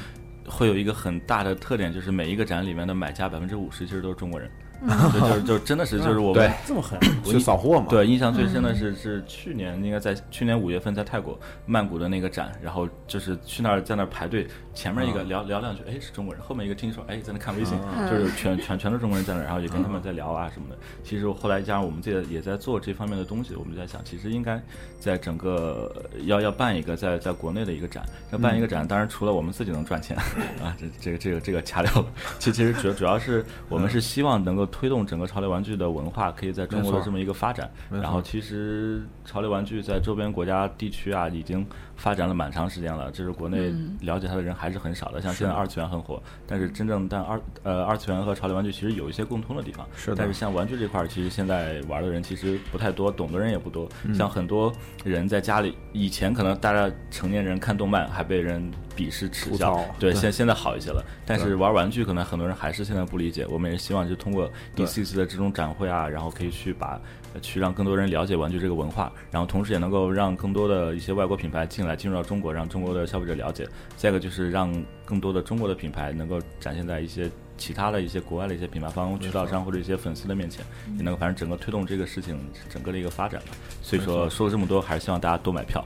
Speaker 6: 会有一个很大的特点，就是每一个展里面的买家百分之五十其实都是中国人，
Speaker 2: 嗯
Speaker 6: 就就是就真的是就是我们
Speaker 2: 对这么 狠
Speaker 6: 我
Speaker 2: 去扫货嘛
Speaker 6: 对，印象最深的是是去年应该在去年五月份在泰国曼谷的那个展，然后就是去那儿在那儿排队，前面一个
Speaker 1: 嗯
Speaker 6: 聊聊两句，哎是中国人，后面一个听说哎在那看微信，
Speaker 1: 嗯
Speaker 6: 就是全全全都是中国人在那儿，然后也跟他们在聊啊什么的。其实后来加上我们自己也在做这方面的东西，我们就在想，其实应该在整个呃要要办一个在在国内的一个展，要办
Speaker 1: 嗯
Speaker 6: 一个展，当然除了我们自己能赚钱 啊，这这个这个这个掐掉了。其其实主主要是我
Speaker 1: 嗯
Speaker 6: 们是希望能够推动整个潮流玩具的文化可以在中国
Speaker 1: 没
Speaker 6: 的
Speaker 1: 错
Speaker 6: 这么一个发展。
Speaker 1: 没错
Speaker 6: 然后其实潮流玩具在周边国家地区啊已经发展了蛮长时间了，这是国内
Speaker 1: 嗯
Speaker 6: 了解它的人还是很少的。像
Speaker 1: 是
Speaker 6: 现在
Speaker 1: 的
Speaker 6: 二次元很火，但是真正但二呃二次元和潮流玩具其实有一些共通的地方。
Speaker 2: 是的
Speaker 6: 但是像玩具这块儿，其实现在玩的人其实不太多，懂的人也不多。
Speaker 2: 嗯
Speaker 6: 像很多人在家里，以前可能大家成年人看动漫还被人鄙视耻
Speaker 2: 吐
Speaker 6: 笑
Speaker 2: 槽，
Speaker 6: 对，
Speaker 2: 对
Speaker 6: 现现在好一些了。但是
Speaker 2: 对
Speaker 6: 玩玩具可能很多人还是现在不理解。我们也是希望就通过一
Speaker 2: 对
Speaker 6: 次一次的这种展会啊，然后可以去把呃去让更多人了解玩具这个文化，然后同时也能够让更多的一些外国品牌进来进入到中国，让中国的消费者了解。再一个就是让更多的中国的品牌能够展现在一些其他的一些国外的一些品牌方、渠道商或者一些粉丝的面前，也能够反正整个推动这个事情整个的一个发展吧。所以说说了这么多，还是希望大家多买票。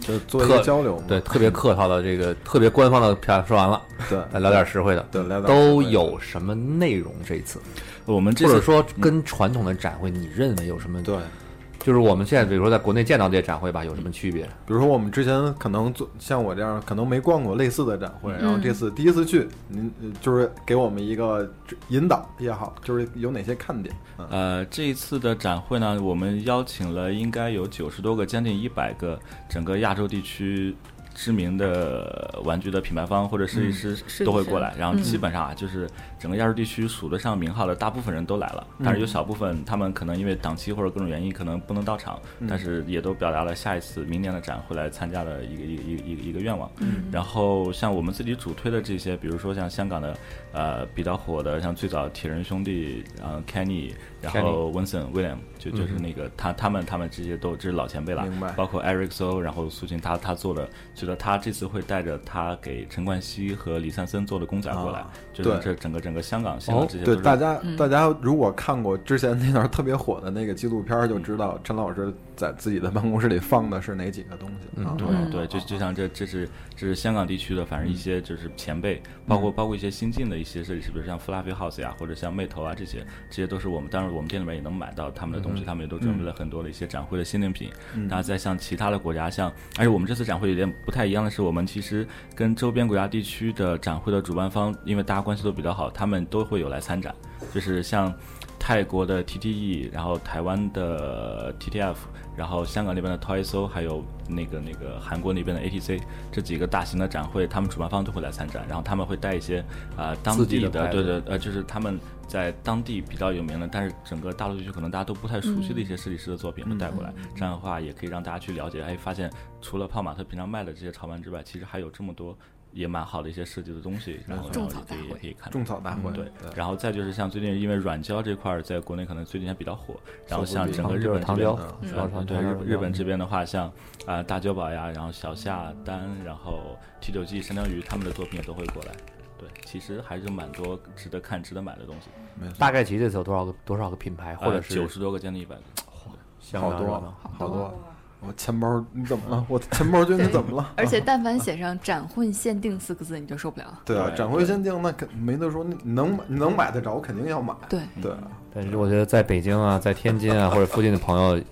Speaker 2: 就做一个
Speaker 1: 特
Speaker 2: 交流嘛
Speaker 1: 对，特别客套的这个特别官方的票说完了，
Speaker 2: 对
Speaker 1: 再聊点实惠的，
Speaker 2: 对聊点实
Speaker 1: 都
Speaker 2: 惠的
Speaker 1: 有什么内容？这一次
Speaker 6: 我们这
Speaker 1: 或者
Speaker 6: 次
Speaker 1: 说
Speaker 6: 嗯
Speaker 1: 跟传统的展会，你认为有什么？
Speaker 2: 对，
Speaker 1: 就是我们现在比如说在国内见到这些展会吧，有什么区别？
Speaker 2: 比如说我们之前可能做像我这样可能没逛过类似的展会，
Speaker 1: 嗯
Speaker 2: 然后这次第一次去，您呃就是给我们一个引导也好，就是有哪些看点？嗯，
Speaker 6: 呃，这一次的展会呢，我们邀请了应该有九十多个，将近一百个整个亚洲地区知名的玩具的品牌方或者设计
Speaker 7: 嗯
Speaker 6: 师
Speaker 7: 是
Speaker 6: 都会
Speaker 7: 是
Speaker 6: 过来，然后
Speaker 7: 嗯
Speaker 6: 基本上啊，就是整个亚洲地区数得上名号的大部分人都来了，
Speaker 7: 嗯
Speaker 6: 但是有小部分他们可能因为档期或者各种原因可能不能到场
Speaker 7: 嗯，
Speaker 6: 但是也都表达了下一次明年的展会来参加的一个一个一个一个一个愿望
Speaker 7: 嗯。
Speaker 6: 然后像我们自己主推的这些，比如说像香港的呃比较火的，像最早铁人兄弟，呃 Kenny，然
Speaker 7: Kenny
Speaker 6: 后 Winston William，就就是
Speaker 7: 嗯哼
Speaker 6: 那个他他们他们这些都这是老前辈了
Speaker 7: 明白，
Speaker 6: 包括 Eric So，然后苏秦他他做的，觉得他这次会带着他给陈冠希和李灿森做的公仔过
Speaker 7: 哦
Speaker 6: 来
Speaker 2: 啊，
Speaker 6: 就是
Speaker 2: 对
Speaker 6: 这整个整个香港香港这些
Speaker 2: 对
Speaker 6: 都是
Speaker 2: 大家，
Speaker 1: 嗯
Speaker 2: 大家如果看过之前那段特别火的那个纪录片儿，就知道陈老师在自己的办公室里放的是哪几个东西啊？
Speaker 6: 嗯
Speaker 7: 嗯
Speaker 6: 对对，就就像这这是这是香港地区的，反正一些就是前辈，包
Speaker 7: 嗯
Speaker 6: 括包括一些新进的一些设计师，比如像 Fluffy House 呀，或者像妹头啊这些，这些都是我们，当然我们店里面也能买到他们的东西，
Speaker 7: 嗯
Speaker 6: 他们也都准备了很多的一些展会的限定品
Speaker 7: 嗯。
Speaker 6: 那在像其他的国家，像而且我们这次展会有点不太一样的是，我们其实跟周边国家地区的展会的主办方，因为大家关系都比较好，他们都会有来参展，就是像。泰国的 TTE，然后台湾的 TTF，然后香港那边的 Toyso，还有那个那个韩国那边的 ATC，这几个大型的展会，他们主办方都会来参展，然后他们会带一些啊、呃当
Speaker 7: 自己
Speaker 6: 地
Speaker 7: 的
Speaker 6: 的
Speaker 7: 牌
Speaker 6: 对
Speaker 7: 子
Speaker 6: 对呃就是他们在当地比较有名的，但是整个大陆地区可能大家都不太熟悉的一些设计师的作品会带过
Speaker 7: 嗯
Speaker 6: 来，这样的话也可以让大家去了解，哎，发现除了泡玛特平常卖的这些潮玩之外，其实还有这么多。也蛮好的一些设计的东西，然后然
Speaker 2: 种
Speaker 6: 后
Speaker 2: 草
Speaker 6: 也
Speaker 7: 嗯
Speaker 6: 可以也可以看
Speaker 2: 种草大会
Speaker 6: 嗯对
Speaker 2: 对，
Speaker 6: 然后再就是像最近因为软胶这块儿在国内可能最近还比较火，然后
Speaker 7: 手工
Speaker 6: 像
Speaker 7: 笔
Speaker 6: 整个日
Speaker 7: 糖
Speaker 6: 本这
Speaker 7: 糖
Speaker 6: 边
Speaker 7: 胶
Speaker 6: 的
Speaker 7: 嗯
Speaker 6: 呃
Speaker 7: 糖
Speaker 6: 对
Speaker 7: 胶糖
Speaker 6: 日日
Speaker 7: 胶
Speaker 6: 本这边的话，像啊、呃大久保呀，然后小夏丹，然后呃 T 九 G 山椒鱼他们的作品也都会过来。对，其实还是蛮多值得看、值得买的东西。呃
Speaker 1: 大概其这次有多少个多少个品牌，或者是
Speaker 6: 九十多个，将近一百个。
Speaker 1: 相
Speaker 2: 好
Speaker 1: 当
Speaker 2: 多
Speaker 1: 热闹
Speaker 2: 好多。我钱包你怎么 了？我钱包君你怎么了？
Speaker 4: 而
Speaker 5: 哦
Speaker 4: 且
Speaker 2: 啊
Speaker 4: 但凡写上“展会限定”四个字，你就受不了。
Speaker 2: 对啊，
Speaker 1: 对
Speaker 2: 展会限定那肯没得说，你能买你能买得着，肯定要买。
Speaker 4: 对
Speaker 2: 对，啊
Speaker 1: 但是我觉得在北京啊，在天津啊，或者附近的朋友，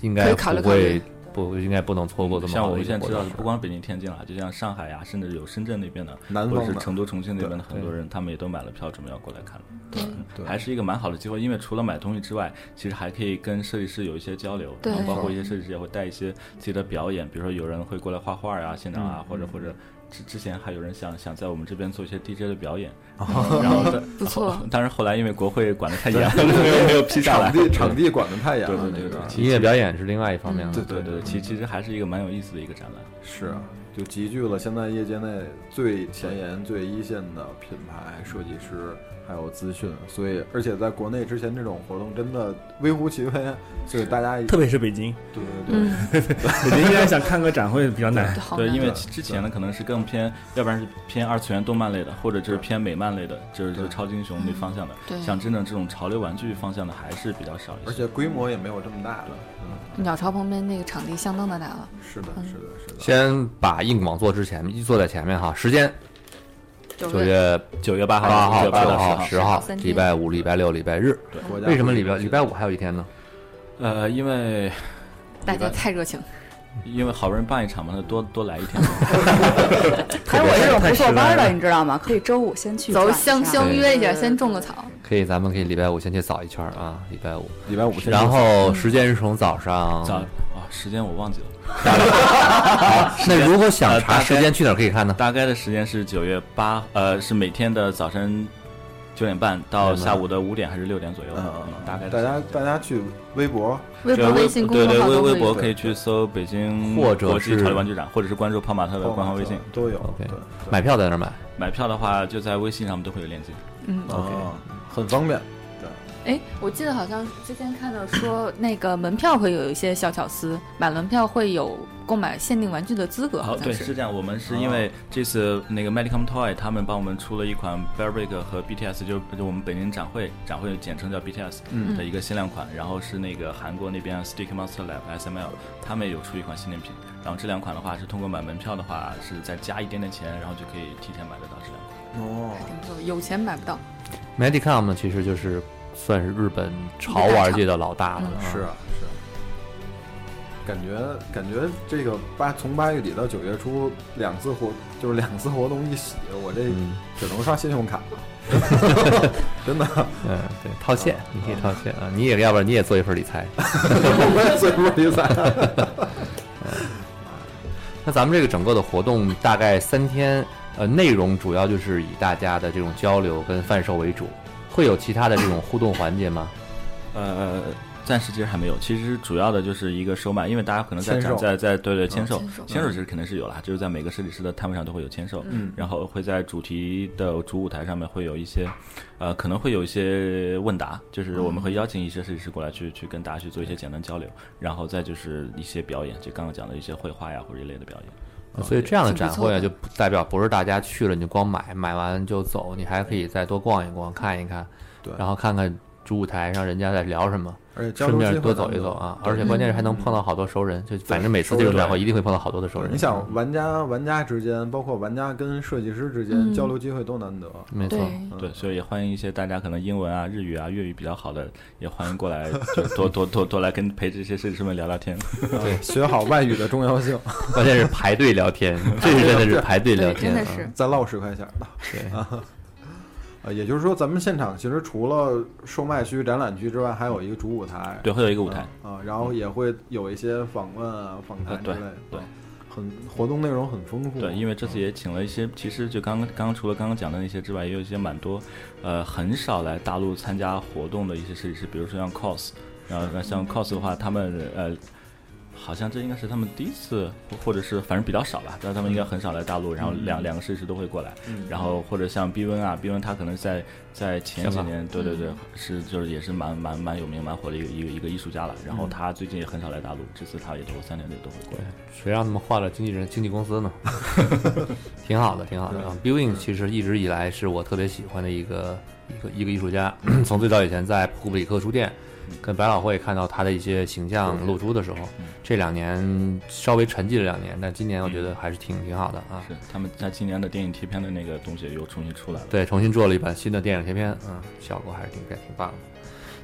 Speaker 1: 应该
Speaker 6: 可以考虑
Speaker 1: 不
Speaker 6: 考虑
Speaker 1: 会不应该不能错过这么
Speaker 6: 像
Speaker 1: 好
Speaker 6: 我
Speaker 1: 的一
Speaker 6: 们
Speaker 1: 个活
Speaker 6: 现在知道的，
Speaker 1: 动。
Speaker 6: 不光北京、天津了，就像上海呀、甚至有深圳那边的，
Speaker 1: 嗯
Speaker 2: 南
Speaker 6: 或者
Speaker 2: 方
Speaker 6: 是
Speaker 2: 的
Speaker 6: 成都、重庆那边的
Speaker 2: 对
Speaker 6: 很多人，他们也都买了票，准备要过来看了。
Speaker 2: 对
Speaker 6: 嗯
Speaker 2: 对
Speaker 6: 还是一个蛮好的机会，因为除了买东西之外，其实还可以跟设计师有一些交流，
Speaker 7: 对
Speaker 6: 然后包括一些设计师也会带一些自己的表演，比如说有人会过来画画
Speaker 2: 嗯
Speaker 6: 啊，现场啊，或者或者。之之前还有人想想在我们这边做一些 DJ 的表演，然后然后但
Speaker 7: 不错
Speaker 6: 但是后来因为国会管得太严了，
Speaker 2: 对
Speaker 6: 没 有没有 批下来，
Speaker 2: 场地场地管得太严
Speaker 6: 对
Speaker 2: 了
Speaker 6: 对对
Speaker 2: 那个
Speaker 6: 对，
Speaker 1: 音乐表演是另外一方面了。
Speaker 6: 对对对，其
Speaker 2: 嗯
Speaker 6: 其实还是一个蛮有意思的一个展览。
Speaker 2: 是啊，就集聚了现在业界内最前沿、最一线的品牌设计师，还有资讯，所以而且在国内之前这种活动真的微乎其微，啊所以大家
Speaker 5: 特别是北京，
Speaker 2: 对
Speaker 4: 嗯
Speaker 5: 对对，北京现在想看个展会比较 难，
Speaker 6: 对，因为其之前呢，可能是更偏，要不然是偏二次元动漫类的，或者就是偏美漫类的，就是就是超级英雄那方向的。
Speaker 4: 对
Speaker 6: 像真正这种潮流玩具方向的还是比较少一些，
Speaker 2: 而且规模也没有这么大的。
Speaker 4: 鸟巢旁边那个场地相当的大了。
Speaker 2: 是的，
Speaker 4: 是的，
Speaker 1: 先把硬广做之前，做在前面哈，时间
Speaker 4: 九
Speaker 1: 九月
Speaker 6: 九月八
Speaker 1: 号、八
Speaker 6: 号啊
Speaker 1: 号、
Speaker 6: 九月八
Speaker 1: 九
Speaker 6: 号
Speaker 1: 号、
Speaker 6: 十
Speaker 1: 十
Speaker 6: 号
Speaker 1: 号
Speaker 6: 三，天
Speaker 1: 礼拜五、礼拜六、礼拜日
Speaker 6: 对。
Speaker 1: 嗯为什么礼拜礼拜五还有一天呢？
Speaker 6: 呃，因为
Speaker 4: 大家太热情，
Speaker 6: 因为好不容易办一场嘛，那多多来一 天。
Speaker 3: 还有我这种不坐班的，你知道吗？可以周五先去
Speaker 4: 走
Speaker 3: 转一下
Speaker 4: 相相约一下，先种个草。
Speaker 1: 可以，咱们可以礼拜五先去扫一圈儿啊，礼拜五，
Speaker 2: 礼拜五先去
Speaker 1: 然后时间是从早上
Speaker 6: 早啊，时间我忘记了。
Speaker 1: 那如果想查
Speaker 6: 大概
Speaker 1: 时间去哪儿可以看呢？
Speaker 6: 大概的时间是九月八，呃，是每天的早晨九点半到下午的五点还是六点左右，嗯大概的时
Speaker 2: 大
Speaker 6: 间。
Speaker 2: 家大家去微博、
Speaker 6: 这个对对微微博可以去搜北京
Speaker 1: 或者
Speaker 6: 国际潮
Speaker 1: 是
Speaker 6: 流玩具展，或者是关注泡玛特的官方微信。
Speaker 2: 都有。
Speaker 1: OK，买票在哪儿买？
Speaker 6: 买票的话，就在微信上面都会有链接。
Speaker 4: 嗯
Speaker 2: 啊
Speaker 1: ，OK
Speaker 2: 很方便。对，
Speaker 4: 哎，我记得好像之前看到说，那个门票会有一些小巧思，买门票会有购买限定玩具的资格，好像
Speaker 6: 对，是这样。我们是因为这次那个 Medicom Toy 他们帮我们出了一款 b e r b r i c 和 BTS，就就我们北京展会展会简称叫 BTS
Speaker 7: 嗯
Speaker 6: 的一个限量款，然后是那个韩国那边 Stick Monster Lab SML 他们也有出一款纪念品，然后这两款的话是通过买门票的话是再加一点点钱，然后就可以提前买得到这两款。
Speaker 2: 哦，
Speaker 4: 有钱买不到。
Speaker 1: Medicom 呢，其实就是算是日本潮玩界的老大了。
Speaker 2: 是啊，是啊。感觉感觉这个八从八月底到九月初两次活就是两次活动一洗，我这
Speaker 1: 嗯
Speaker 2: 只能刷信用 卡了，真的。
Speaker 1: 嗯，对，套现，你可以套现啊，你也要不然你也做一份理财。
Speaker 2: 我也做一份理财。
Speaker 1: 那咱们这个整个的活动大概三天，呃，内容主要就是以大家的这种交流跟贩售为主，会有其他的这种互动环节 吗？
Speaker 6: 呃，暂时其实还没有，其实主要的就是一个收买，因为大家可能在
Speaker 1: 签售
Speaker 6: 展在在对对签售
Speaker 1: 嗯签售，
Speaker 6: 签售其实肯定是有啦，就是在每个设计师的摊位上都会有签售，
Speaker 1: 嗯
Speaker 6: 然后会在主题的主舞台上面会有一些，呃，可能会有一些问答，就是我们会邀请一些设计师过来去去跟大家去做一些简单交流，然后再就是一些表演，就刚刚讲的一些绘画呀或者一类的表演。
Speaker 1: 所以这样的展会啊，就
Speaker 6: 挺
Speaker 1: 不代表不是大家去了你就光买，买完就走，你还可以再多逛一逛，看一看，
Speaker 2: 对
Speaker 1: 然后看看主舞台上人家在聊什么，
Speaker 2: 而且交
Speaker 1: 顺
Speaker 2: 流
Speaker 1: 便
Speaker 2: 机会
Speaker 1: 多走
Speaker 2: 很
Speaker 1: 一
Speaker 2: 多
Speaker 1: 走啊，
Speaker 2: 对
Speaker 1: 而且关键是还能碰到好多熟人，就反正每次
Speaker 2: 熟
Speaker 1: 这种
Speaker 2: 人
Speaker 1: 展会一定会碰到好多的熟人。
Speaker 2: 嗯你想，玩家玩家之间，包括玩家跟设计师之间
Speaker 1: 嗯
Speaker 2: 交流机会都难得，
Speaker 1: 没错
Speaker 6: 对，所以也欢迎一些大家可能英文啊、日语啊、粤语比较好的，也欢迎过来，就多多多多来跟陪这些设计师们聊聊天。
Speaker 2: 对，啊学好外语的重要性，
Speaker 1: 关键是排队聊 天这是真的是排队聊天对真的是
Speaker 2: 再唠十块钱吧。
Speaker 1: 对
Speaker 2: 啊，呃也就是说，咱们现场其实除了售卖区、展览区之外，还有一个主舞台，
Speaker 6: 对会有一个舞
Speaker 1: 嗯
Speaker 6: 台
Speaker 2: 啊，啊然后也会有一些访问啊、访谈之
Speaker 6: 对
Speaker 2: 类的，
Speaker 6: 对，
Speaker 2: 很活动内容很丰富，
Speaker 6: 对，因为这次也请了一些，其实就刚刚刚除了刚刚讲的那些之外，也有一些蛮多，呃，很少来大陆参加活动的一些设计师，比如说像 COS，然后那像 COS 的话，他们呃，好像这应该是他们第一次，或或者是反正比较少吧，但他们应该很少来大陆，然后两、两个设计师都会过来，
Speaker 1: 嗯
Speaker 6: 然后或者像 B 温啊，B 温他可能在在前几
Speaker 1: 香港
Speaker 6: 年，对对对，
Speaker 1: 嗯
Speaker 6: 是就是也是蛮蛮蛮有名蛮火的一个一个一个艺术家了，然后
Speaker 1: 嗯
Speaker 6: 他最近也很少来大陆，这次他也都三年内都会过来。
Speaker 1: 谁让他们换了经纪人、经纪公司 呢？ 挺好的，挺好的。
Speaker 6: 对
Speaker 1: 啊 Building 其实一直以来是我特别喜欢的一个一个一个艺术家。 从最早以前在库布里克书店
Speaker 6: 嗯
Speaker 1: 跟百老汇看到他的一些形象露出的时候，这两年稍微沉寂了两年，但今年我
Speaker 6: 嗯
Speaker 1: 觉得还是挺挺好的啊。
Speaker 6: 是他们在今年的电影贴片的那个东西又重新出来了。
Speaker 1: 对，重新做了一版新的电影贴片，嗯，效果还是挺挺棒的。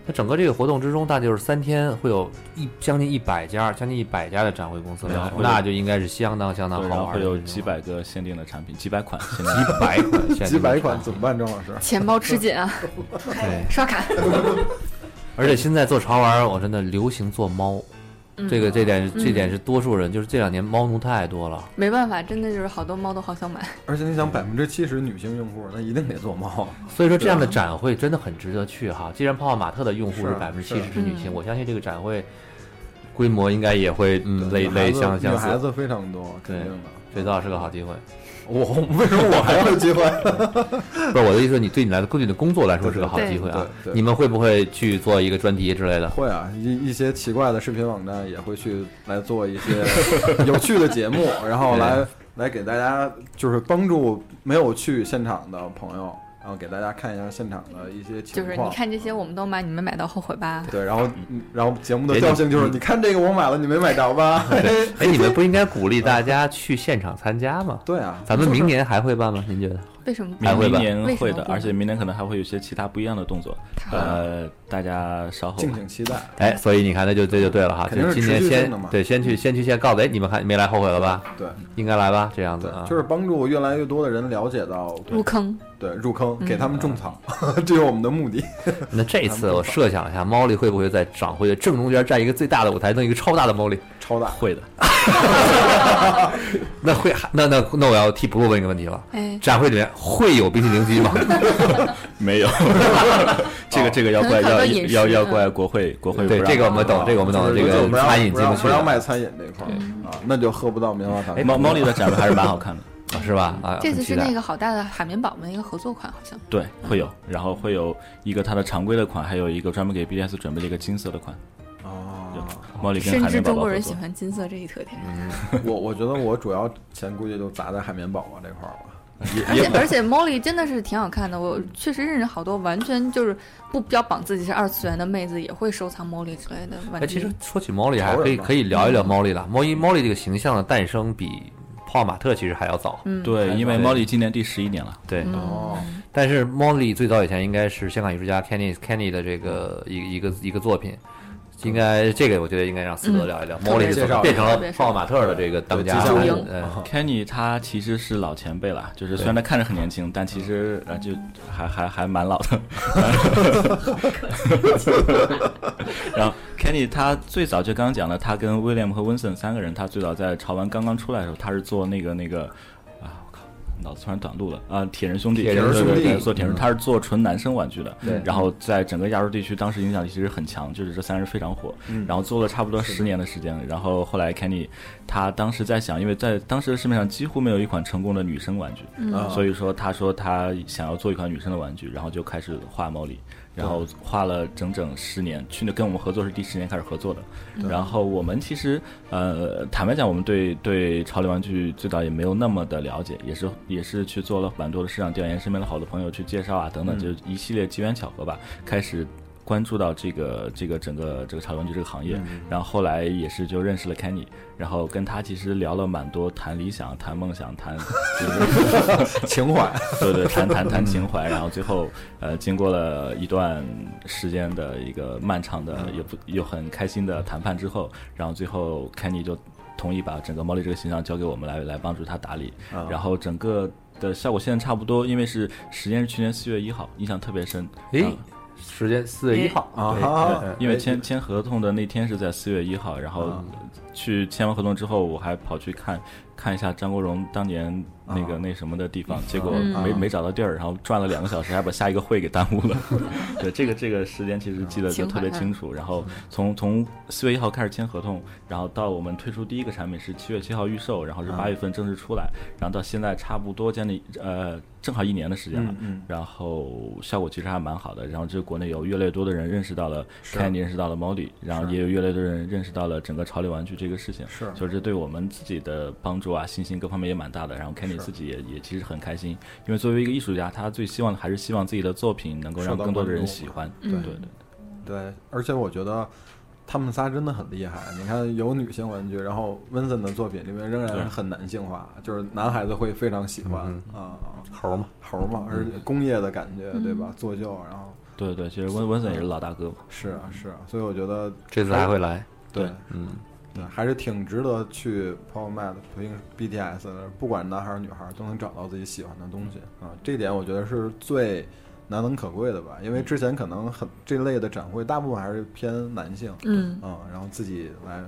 Speaker 1: 那整个这个活动之中，大概就是三天，会有一将近一百家，将近一百家的展会公司
Speaker 6: 对然后，会有
Speaker 1: 那就应该是相当相当
Speaker 6: 对，然
Speaker 1: 好
Speaker 6: 后
Speaker 1: 玩
Speaker 6: 会
Speaker 1: 的
Speaker 6: 有
Speaker 1: 一个
Speaker 6: 几百个限定的产品，几百 款，几
Speaker 1: 几百款限
Speaker 2: 几
Speaker 1: 定
Speaker 2: 百
Speaker 1: 的
Speaker 2: 款怎么办，张老师？
Speaker 4: 钱包吃紧啊，
Speaker 1: 对
Speaker 4: 刷卡。
Speaker 1: 而且现在做潮玩儿，我真的流行做猫，
Speaker 4: 嗯
Speaker 1: 这个这点这点
Speaker 4: 嗯
Speaker 1: 是多数人，就是这两年猫奴太多了。
Speaker 4: 没办法，真的就是好多猫都好想买。
Speaker 2: 而且你想，百分之七十女性用户，那一定得做猫，
Speaker 1: 所以说这样的展会真的很值得去哈。既然泡泡玛特的用户
Speaker 2: 是
Speaker 1: 啊是百分之七十是啊
Speaker 2: 是
Speaker 1: 女性，我相信这个展会规模应该也会 嗯类
Speaker 2: 女孩
Speaker 1: 类
Speaker 2: 子
Speaker 1: 相
Speaker 2: 女
Speaker 1: 相
Speaker 2: 孩
Speaker 1: 似。
Speaker 2: 子非常多，肯
Speaker 1: 对
Speaker 2: 定的。，
Speaker 1: 肥皂是个好机会。
Speaker 2: 我 为什么我还要有机会？
Speaker 1: 不是我的意思，你对你来对你的工作来说是个好
Speaker 2: 对
Speaker 1: 机会啊
Speaker 2: 对。对
Speaker 1: 你们会不会去做一个专题之类的？
Speaker 2: 会啊，一一些奇怪的视频网站也会去来做一些 有趣的节目，然后来来给大家就是帮助没有去现场的朋友，然后给大家看一下现场的一些情
Speaker 4: 就是你
Speaker 2: 况。
Speaker 4: 看这些我们都买，你们买到后悔吧。
Speaker 2: 对，然后嗯然后节目的
Speaker 1: 哎
Speaker 2: 调性就是
Speaker 1: 你
Speaker 2: 你看这个我买了，你没买着 吧？
Speaker 1: 对哎， 你们不应该鼓励大家去现场参加吗？
Speaker 2: 对啊，
Speaker 1: 咱们明年还会办吗？您觉得？
Speaker 4: 为什么不
Speaker 1: 还会
Speaker 6: 明
Speaker 1: 吧？
Speaker 6: 年
Speaker 4: 为什
Speaker 6: 会
Speaker 4: 么
Speaker 6: 的，
Speaker 4: 不
Speaker 6: 而且明年可能还会有一些其他不一样的动作，呃，大家稍后
Speaker 2: 敬请期待。
Speaker 1: 哎，所以你看，那就这就对了哈，
Speaker 2: 肯定
Speaker 1: 就是今年
Speaker 2: 持续性
Speaker 1: 先
Speaker 2: 的嘛嗯
Speaker 1: 对，先去先去先告诉哎，你们还没来后悔了吧？
Speaker 2: 对，
Speaker 1: 应该来吧，这样子啊，
Speaker 2: 就是帮助越来越多的人了解到
Speaker 4: 入坑，
Speaker 2: 对入坑，
Speaker 4: 嗯
Speaker 2: 给他们种草， 这是我们的目的。
Speaker 1: 那这次我设想一下，猫力会不会在展会的正中间站一个最大的舞台，弄一个超大的猫力？
Speaker 2: 超大
Speaker 6: 会的，
Speaker 1: 那会 那那那我要替不过问一个问题了，
Speaker 4: 哎
Speaker 1: 展会里面会有冰淇淋机吗？
Speaker 6: 没 有，这个这个要怪
Speaker 4: 可能
Speaker 6: 要
Speaker 4: 很多饮食
Speaker 6: 要要怪国会国会
Speaker 1: 对
Speaker 6: 不让
Speaker 1: 这个我们懂这个我们懂
Speaker 2: 就是
Speaker 1: 这个
Speaker 2: 不让
Speaker 1: 餐饮进不去
Speaker 2: 不让卖餐饮这一块儿啊，那就喝不到棉花糖
Speaker 6: 哎。猫猫力的展位还是蛮好 看的，
Speaker 1: 啊是吧？啊，
Speaker 4: 这次
Speaker 1: 很期
Speaker 4: 是那
Speaker 1: 待。
Speaker 4: 个好大的海绵宝宝的一个合作款，好像。
Speaker 6: 对，会有，然后会有一个它的常规的款，还有一个专门给 BDS 准备了一个金色的款。
Speaker 2: 哦，
Speaker 6: 猫力跟
Speaker 4: 深
Speaker 6: 海
Speaker 4: 知
Speaker 6: 绵宝
Speaker 4: 中
Speaker 6: 宝
Speaker 4: 国
Speaker 6: 合
Speaker 4: 人
Speaker 6: 作
Speaker 4: 喜。欢金色这一特点，
Speaker 1: 嗯
Speaker 2: 我我觉得我主要钱估计就砸在海绵宝宝这块儿了，
Speaker 4: 而且而且 Molly 真的是挺好看的，我确实认识好多完全就是不标榜自己是二次元的妹子，也会收藏 Molly 之类的玩具。
Speaker 1: 哎，其实说起猫力，还
Speaker 2: 潮人
Speaker 1: 可以
Speaker 2: 嘛
Speaker 1: 可以聊一聊猫力了。猫一猫力这个形象的诞生比泡泡玛特其实还要早，
Speaker 4: 嗯
Speaker 6: 对，因为猫力今年第十一年了。
Speaker 1: 对，
Speaker 2: 哦，
Speaker 1: 但是 Molly 最早以前应该是香港艺术家 Kenny Kenny 的这个一一个一个作品，应该这个我觉得应该让四哥聊一聊。
Speaker 6: 嗯
Speaker 1: 莫莉是
Speaker 6: 特别
Speaker 1: 怎么
Speaker 6: 介绍
Speaker 1: 变成了
Speaker 6: 特别是
Speaker 1: 泡泡玛特的这个当家？呃
Speaker 6: Kenny 他其实是老前辈了，就是
Speaker 1: 对
Speaker 6: 虽然他看着很年轻，但其实呃就还还还蛮老的。 然后 Kenny 他最早就刚刚讲了，他跟 William 和 Winston 三个人，他最早在潮玩刚刚出来的时候，他是做那个那个。啊，我靠，脑子突然短路了啊！铁人兄弟，
Speaker 1: 铁人兄弟
Speaker 6: 对对对
Speaker 1: 嗯
Speaker 6: 对做铁人，他是做纯男生玩具的。
Speaker 1: 对
Speaker 6: 然后在整个亚洲地区，当时影响力其实很强，就是这三人非常火。
Speaker 1: 嗯
Speaker 6: 然后做了差不多十年的时间，然后后来 Kenny 他当时在想，因为在当时的市面上几乎没有一款成功的女生玩具，
Speaker 1: 嗯啊
Speaker 6: 所以说他说他想要做一款女生的玩具，然后就开始画毛利。然后画了整整十年，去年跟我们合作是第十年开始合作的。
Speaker 1: 对
Speaker 6: 然后我们其实呃，坦白讲，我们对对潮流玩具最早也没有那么的了解，也是也是去做了蛮多的市场调研，身边的好多朋友去介绍啊等等，
Speaker 1: 嗯
Speaker 6: 就是一系列机缘巧合吧，开始。关注到这个这个整个这个潮流玩具这个行业，
Speaker 1: 嗯
Speaker 6: 然后后来也是就认识了 Kenny，然后跟他其实聊了蛮多，谈理想、谈梦 想、谈
Speaker 2: 情怀
Speaker 6: 对对，谈谈谈情怀，然后最后呃，经过了一段时间的一个漫长的
Speaker 1: 嗯
Speaker 6: 也不又很开心的谈判之后，然后最后 Kenny 就同意把整个猫力这个形象交给我们来来帮助他打理，
Speaker 1: 啊
Speaker 6: 然后整个的效果现在差不多，因为是时间是去年四月一号，印象特别深。
Speaker 1: 诶
Speaker 6: 嗯
Speaker 1: 时间4月1号
Speaker 6: 对
Speaker 1: 啊
Speaker 6: 对
Speaker 1: 哈
Speaker 6: 对因为
Speaker 1: 哎
Speaker 6: 签签合同的那天是在四月一号，然后
Speaker 1: 啊
Speaker 6: 去签完合同之后，我还跑去看看一下张国荣当年那个
Speaker 1: 啊
Speaker 6: 那什么的地方，结果
Speaker 1: 嗯
Speaker 6: 没
Speaker 1: 啊
Speaker 6: 没找到地儿，然后转了两个小时，还把下一个会给耽误 了。对，这个这个时间其实记得就
Speaker 1: 情怀
Speaker 6: 特别清楚。
Speaker 1: 啊
Speaker 6: 然后从从四月一号开始签合同，然后到我们推出第一个产品是七月七号预售，然后是
Speaker 1: 啊
Speaker 6: 八月份正式出来，然后到现在差不多将近呃正好一年的时间了。
Speaker 1: 嗯嗯
Speaker 6: 然后效果其实还蛮好的。然后这国内有越来越多的人认识到了
Speaker 1: 是
Speaker 6: Candy，认识到了 Molly，然后
Speaker 1: 是
Speaker 6: 也有越来越多人认识到了整个潮流玩具这个事情。
Speaker 1: 是
Speaker 6: 就是这对我们自己的帮助啊、信心各方面也蛮大的。然后 Candy
Speaker 1: 是
Speaker 6: 自己也也其实很开心，因为作为一个艺术家，他最希望的还是希望自己的作品能够让
Speaker 2: 受到
Speaker 6: 更多的
Speaker 2: 关
Speaker 6: 人
Speaker 2: 注
Speaker 6: 喜欢。
Speaker 2: 对
Speaker 6: 对对。
Speaker 2: 对，而且我觉得他们仨真的很厉害。你看，有女性玩具，然后温森的作品里面仍然是很男性化，就是男孩子会非常喜欢啊，
Speaker 1: 嗯猴嘛，嗯
Speaker 2: 猴嘛，而且工业的感觉，对吧？做旧，然后
Speaker 6: 对对，其实温温森也是老大哥嘛。
Speaker 2: 是啊是啊，所以我觉得
Speaker 1: 这次还会来，
Speaker 2: 对，
Speaker 1: 嗯，
Speaker 2: 对，还是挺值得去 Power Mad 培训 BTS 的，不管男孩儿女孩儿都能找到自己喜欢的东西啊，这点我觉得是最难能可贵的吧。
Speaker 1: 嗯
Speaker 2: 因为之前可能很这类的展会，大部分还是偏男性，
Speaker 4: 嗯
Speaker 2: 啊，然后自己来，